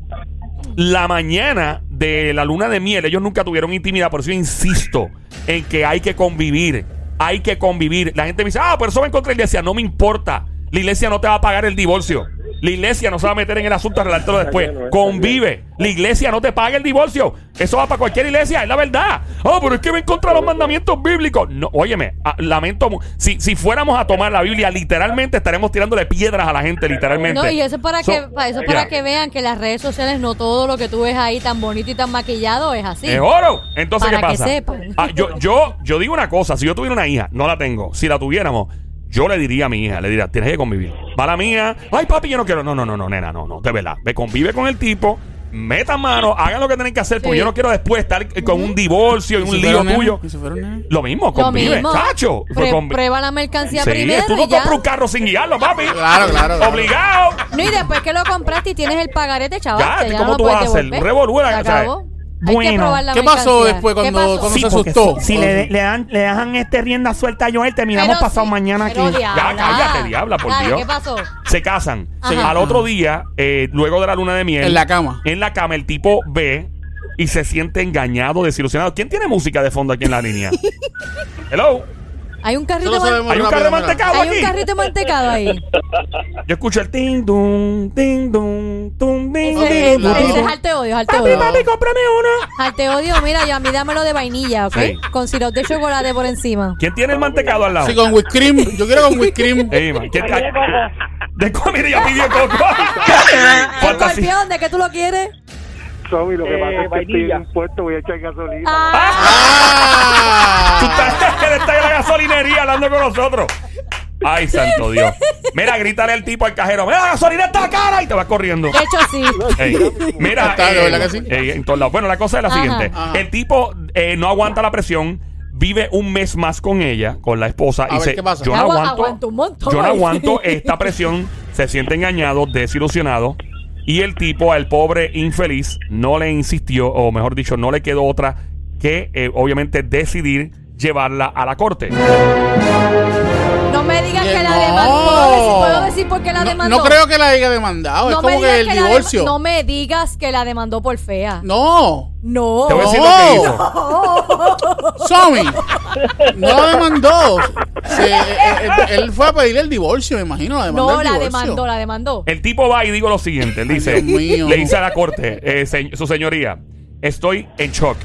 [SPEAKER 1] la mañana de la luna de miel, ellos nunca tuvieron intimidad, por eso yo insisto en que hay que convivir, hay que convivir. La gente me dice, ah, pero eso va en contra de la iglesia, no me importa. La iglesia no te va a pagar el divorcio. La iglesia no se va a meter en el asunto, arreglártelo después. Convive. La iglesia no te paga el divorcio. Eso va para cualquier iglesia, es la verdad. Ah, pero es que va en contra de los mandamientos bíblicos. No, óyeme, ah, lamento. mu- Si, si fuéramos a tomar la Biblia, literalmente estaremos tirándole piedras a la gente, literalmente.
[SPEAKER 3] No, y eso es para
[SPEAKER 1] So-
[SPEAKER 3] que, para, eso es para
[SPEAKER 1] Yeah.
[SPEAKER 3] que vean que las redes sociales no todo lo que tú ves ahí tan bonito y tan maquillado es así.
[SPEAKER 1] Es oro. Entonces,
[SPEAKER 3] Para
[SPEAKER 1] ¿qué pasa?
[SPEAKER 3] que sepan.
[SPEAKER 1] Ah, yo, yo, yo digo una cosa: si yo tuviera una hija, no la tengo. Si la tuviéramos, yo le diría a mi hija, le diría, tienes que convivir. Mala mía, ay papi, yo no quiero. No, no, no, no, nena, no, no, de verdad. Me convive con el tipo, metan mano, hagan lo que tienen que hacer, porque
[SPEAKER 3] Sí.
[SPEAKER 1] yo no quiero después estar eh, con un divorcio y
[SPEAKER 7] ¿Y
[SPEAKER 1] un
[SPEAKER 7] si fuera
[SPEAKER 1] lío
[SPEAKER 7] nena?
[SPEAKER 1] tuyo.
[SPEAKER 7] ¿Y si fuera nena?
[SPEAKER 1] Lo mismo,
[SPEAKER 3] Lo
[SPEAKER 1] convive,
[SPEAKER 3] mismo.
[SPEAKER 1] chacho.
[SPEAKER 3] Pre-
[SPEAKER 1] Pues convi-
[SPEAKER 3] prueba la mercancía
[SPEAKER 1] Sí,
[SPEAKER 3] primero
[SPEAKER 1] tú no
[SPEAKER 3] y ya.
[SPEAKER 1] compras un carro sin guiarlo, papi.
[SPEAKER 7] Claro, claro, claro.
[SPEAKER 1] Obligado.
[SPEAKER 3] No, y después que lo compraste y tienes el pagarete, chaval.
[SPEAKER 1] Ya,
[SPEAKER 3] que ya
[SPEAKER 1] ¿cómo
[SPEAKER 3] no lo
[SPEAKER 1] tú
[SPEAKER 3] puedes
[SPEAKER 1] vas a hacer?
[SPEAKER 3] devolver.
[SPEAKER 1] Un revolú era-
[SPEAKER 3] Se
[SPEAKER 1] o sea,
[SPEAKER 3] acabó. Hay que
[SPEAKER 2] bueno,
[SPEAKER 3] probar la
[SPEAKER 7] ¿Qué pasó
[SPEAKER 3] mercancía.
[SPEAKER 7] después
[SPEAKER 3] ¿Qué
[SPEAKER 7] cuando-
[SPEAKER 3] pasó?
[SPEAKER 7] cuando
[SPEAKER 2] Sí,
[SPEAKER 7] se
[SPEAKER 2] porque
[SPEAKER 7] asustó?
[SPEAKER 2] Si, si le, le dan, le dejan este rienda suelta a Joel, terminamos
[SPEAKER 3] Pero
[SPEAKER 2] pasado
[SPEAKER 3] sí,
[SPEAKER 2] mañana aquí.
[SPEAKER 3] pero diabla.
[SPEAKER 1] cállate, diabla, por
[SPEAKER 3] Dale,
[SPEAKER 1] Dios.
[SPEAKER 3] ¿Qué pasó?
[SPEAKER 1] se casan.
[SPEAKER 3] Ajá.
[SPEAKER 1] Al otro día, eh, luego de la luna de miel.
[SPEAKER 7] En la cama.
[SPEAKER 1] En la cama, el tipo ve y se siente engañado, desilusionado. ¿Quién tiene música de fondo aquí en la línea? Hello.
[SPEAKER 3] Hay un carrito,
[SPEAKER 7] Eso lo
[SPEAKER 3] man-
[SPEAKER 7] sabemos. Muy
[SPEAKER 1] Hay un
[SPEAKER 7] rápido,
[SPEAKER 1] carro de
[SPEAKER 7] mira.
[SPEAKER 1] mantecado
[SPEAKER 3] hay
[SPEAKER 1] aquí.
[SPEAKER 3] un carrito de mantecado ahí.
[SPEAKER 1] Yo escucho el ting dum, ting dum, tum, ding,
[SPEAKER 3] Ese
[SPEAKER 1] ding,
[SPEAKER 3] ese-
[SPEAKER 1] dum,
[SPEAKER 3] ese
[SPEAKER 1] dum.
[SPEAKER 3] es Jarte odio, jarte
[SPEAKER 2] Papi,
[SPEAKER 3] odio.
[SPEAKER 2] papi, cómprame uno.
[SPEAKER 3] Jarte odio, mira, yo a mí dámelo de vainilla, ¿ok?
[SPEAKER 1] Sí.
[SPEAKER 3] Con sirope de chocolate por encima.
[SPEAKER 1] ¿Quién tiene el mantecado al lado?
[SPEAKER 7] Sí, con whipped cream. Yo quiero con whipped cream.
[SPEAKER 1] Ey, man, ¿quién- ay, de coco, mira, ya pidió coco. Fantasía.
[SPEAKER 3] Escorpión, ¿de qué tú lo quieres?
[SPEAKER 5] Somi, lo que
[SPEAKER 6] Eh,
[SPEAKER 5] pasa es que estoy
[SPEAKER 6] vainilla.
[SPEAKER 5] en un puerto, voy a echar gasolina.
[SPEAKER 3] Ah,
[SPEAKER 1] Tú
[SPEAKER 7] ¡Ah!
[SPEAKER 1] estás que le está en la gasolinería hablando con nosotros. Ay, santo Dios. Mira, grítale al tipo al cajero. Mira, la gasolina está cara y te vas corriendo.
[SPEAKER 3] de hecho sí.
[SPEAKER 1] Ey, mira,
[SPEAKER 7] Está,
[SPEAKER 1] eh,
[SPEAKER 7] ¿verdad que sí?
[SPEAKER 1] eh, en todos lados. Bueno, la cosa es la
[SPEAKER 3] Ajá.
[SPEAKER 1] siguiente.
[SPEAKER 7] Ajá.
[SPEAKER 1] El tipo eh, no aguanta la presión. Vive un mes más con ella, con la esposa. y
[SPEAKER 7] ver,
[SPEAKER 1] dice,
[SPEAKER 7] ¿qué pasa?
[SPEAKER 1] Yo no
[SPEAKER 3] Agua-
[SPEAKER 1] aguanto,
[SPEAKER 3] aguanto un montón".
[SPEAKER 1] yo no aguanto esta presión. Se siente engañado, desilusionado. Y el tipo, al pobre infeliz, no le insistió, o mejor dicho, no le quedó otra que, eh, obviamente, decidir llevarla a la corte.
[SPEAKER 3] No me digas
[SPEAKER 7] Que
[SPEAKER 3] que la
[SPEAKER 7] no.
[SPEAKER 3] demandó. ¿Puedo decir, puedo decir por qué la
[SPEAKER 7] No-
[SPEAKER 3] demandó?
[SPEAKER 7] No creo que la haya demandado. es
[SPEAKER 3] No me
[SPEAKER 7] como
[SPEAKER 3] digas
[SPEAKER 7] que el
[SPEAKER 3] la dem-
[SPEAKER 7] divorcio.
[SPEAKER 3] No me digas que la demandó por fea.
[SPEAKER 7] No.
[SPEAKER 3] No.
[SPEAKER 1] Te voy a decir lo que
[SPEAKER 7] No.
[SPEAKER 1] hizo.
[SPEAKER 7] Somi. No la demandó. Se- eh, eh, él fue a pedirle el divorcio, me imagino. La demandó
[SPEAKER 3] No,
[SPEAKER 7] el
[SPEAKER 3] la
[SPEAKER 7] divorcio.
[SPEAKER 3] demandó, la demandó.
[SPEAKER 1] El tipo va y digo lo siguiente, él dice,
[SPEAKER 7] Dios mío.
[SPEAKER 1] le dice a la corte, eh, se- su señoría, estoy en shock,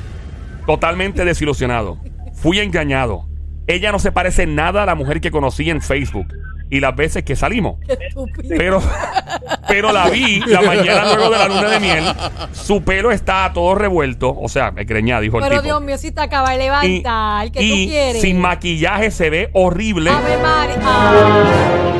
[SPEAKER 1] totalmente desilusionado, fui engañado, ella no se parece nada a la mujer que conocí en Facebook y las veces que salimos,
[SPEAKER 3] Estúpido.
[SPEAKER 1] pero, pero la vi la mañana luego de la luna de miel, su pelo está todo revuelto, o sea, greñada, dijo el
[SPEAKER 3] Pero
[SPEAKER 1] tipo.
[SPEAKER 3] Dios mío, si te acaba de
[SPEAKER 1] y
[SPEAKER 3] levantar, ¿qué
[SPEAKER 1] y
[SPEAKER 3] tú quieres?
[SPEAKER 1] sin maquillaje se ve horrible.
[SPEAKER 3] Ave María. Ah,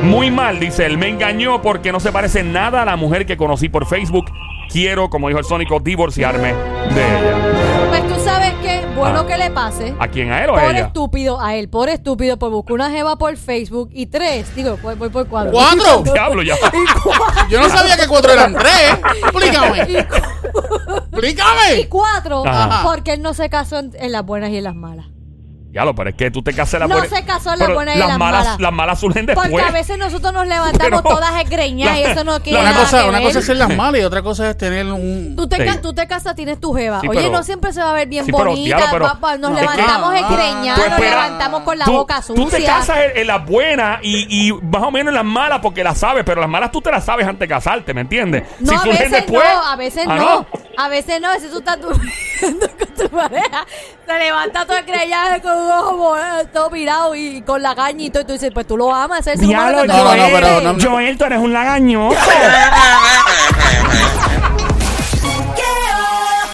[SPEAKER 1] Muy mal, dice él. Me engañó porque no se parece nada a la mujer que conocí por Facebook. Quiero, como dijo el Sónico, divorciarme de ella.
[SPEAKER 3] pues tú sabes ¿Sabes qué? Bueno
[SPEAKER 1] Ah.
[SPEAKER 3] que le pase.
[SPEAKER 1] ¿A quién? ¿A él o a
[SPEAKER 3] Por
[SPEAKER 1] ella?
[SPEAKER 3] estúpido, a él, por estúpido, por buscar una jeva por Facebook. Y tres, digo, voy, voy por cuatro.
[SPEAKER 7] ¿Cuatro?
[SPEAKER 1] Diablo, ya.
[SPEAKER 7] Yo no sabía que cuatro eran tres. Explícame.
[SPEAKER 3] Y, cu- y
[SPEAKER 7] Explícame.
[SPEAKER 3] cuatro,
[SPEAKER 1] Ajá.
[SPEAKER 3] porque él no se casó en, en las buenas y en las malas.
[SPEAKER 1] Diablo, pero es que tú te casas la
[SPEAKER 3] No
[SPEAKER 1] buena-
[SPEAKER 3] se casó la
[SPEAKER 1] Pero
[SPEAKER 3] buena y la mala.
[SPEAKER 1] Las malas surgen después.
[SPEAKER 3] Porque a veces nosotros nos levantamos
[SPEAKER 1] Pues, Pero-
[SPEAKER 3] todas esgreñadas y eso no tiene
[SPEAKER 7] Una
[SPEAKER 3] nada
[SPEAKER 7] cosa,
[SPEAKER 3] que
[SPEAKER 7] una
[SPEAKER 3] ver.
[SPEAKER 7] cosa es ser las malas y otra cosa es tener un.
[SPEAKER 3] Tú te, ca-
[SPEAKER 1] Sí.
[SPEAKER 3] tú te casas, tienes tu jeva.
[SPEAKER 1] Sí,
[SPEAKER 3] Oye,
[SPEAKER 1] pero-
[SPEAKER 3] no siempre se va a ver bien
[SPEAKER 1] Sí, pero,
[SPEAKER 3] bonita.
[SPEAKER 1] diablo, pero-
[SPEAKER 3] papá. nos
[SPEAKER 1] No.
[SPEAKER 3] levantamos
[SPEAKER 7] Ah,
[SPEAKER 3] esgreñadas,
[SPEAKER 1] tú
[SPEAKER 3] nos
[SPEAKER 1] esperas-
[SPEAKER 3] levantamos con la
[SPEAKER 1] tú,
[SPEAKER 3] boca sucia.
[SPEAKER 1] Tú te casas en, en las buenas y, y más o menos en las malas porque las sabes, pero las malas tú te las sabes antes de casarte, ¿me entiendes?
[SPEAKER 3] No, a
[SPEAKER 1] surgen
[SPEAKER 3] veces no, a veces
[SPEAKER 1] Ah,
[SPEAKER 3] no. A veces no, a veces tú estás durmiendo con tu pareja, te levantas todo estrellado con un ojo morado, todo mirado y con la gañita y tú dices, pues tú lo amas, es el ser humano
[SPEAKER 2] Diablo,
[SPEAKER 7] No, no, no,
[SPEAKER 2] Joel.
[SPEAKER 7] pero no-
[SPEAKER 2] Joel, tú eres un lagañoso.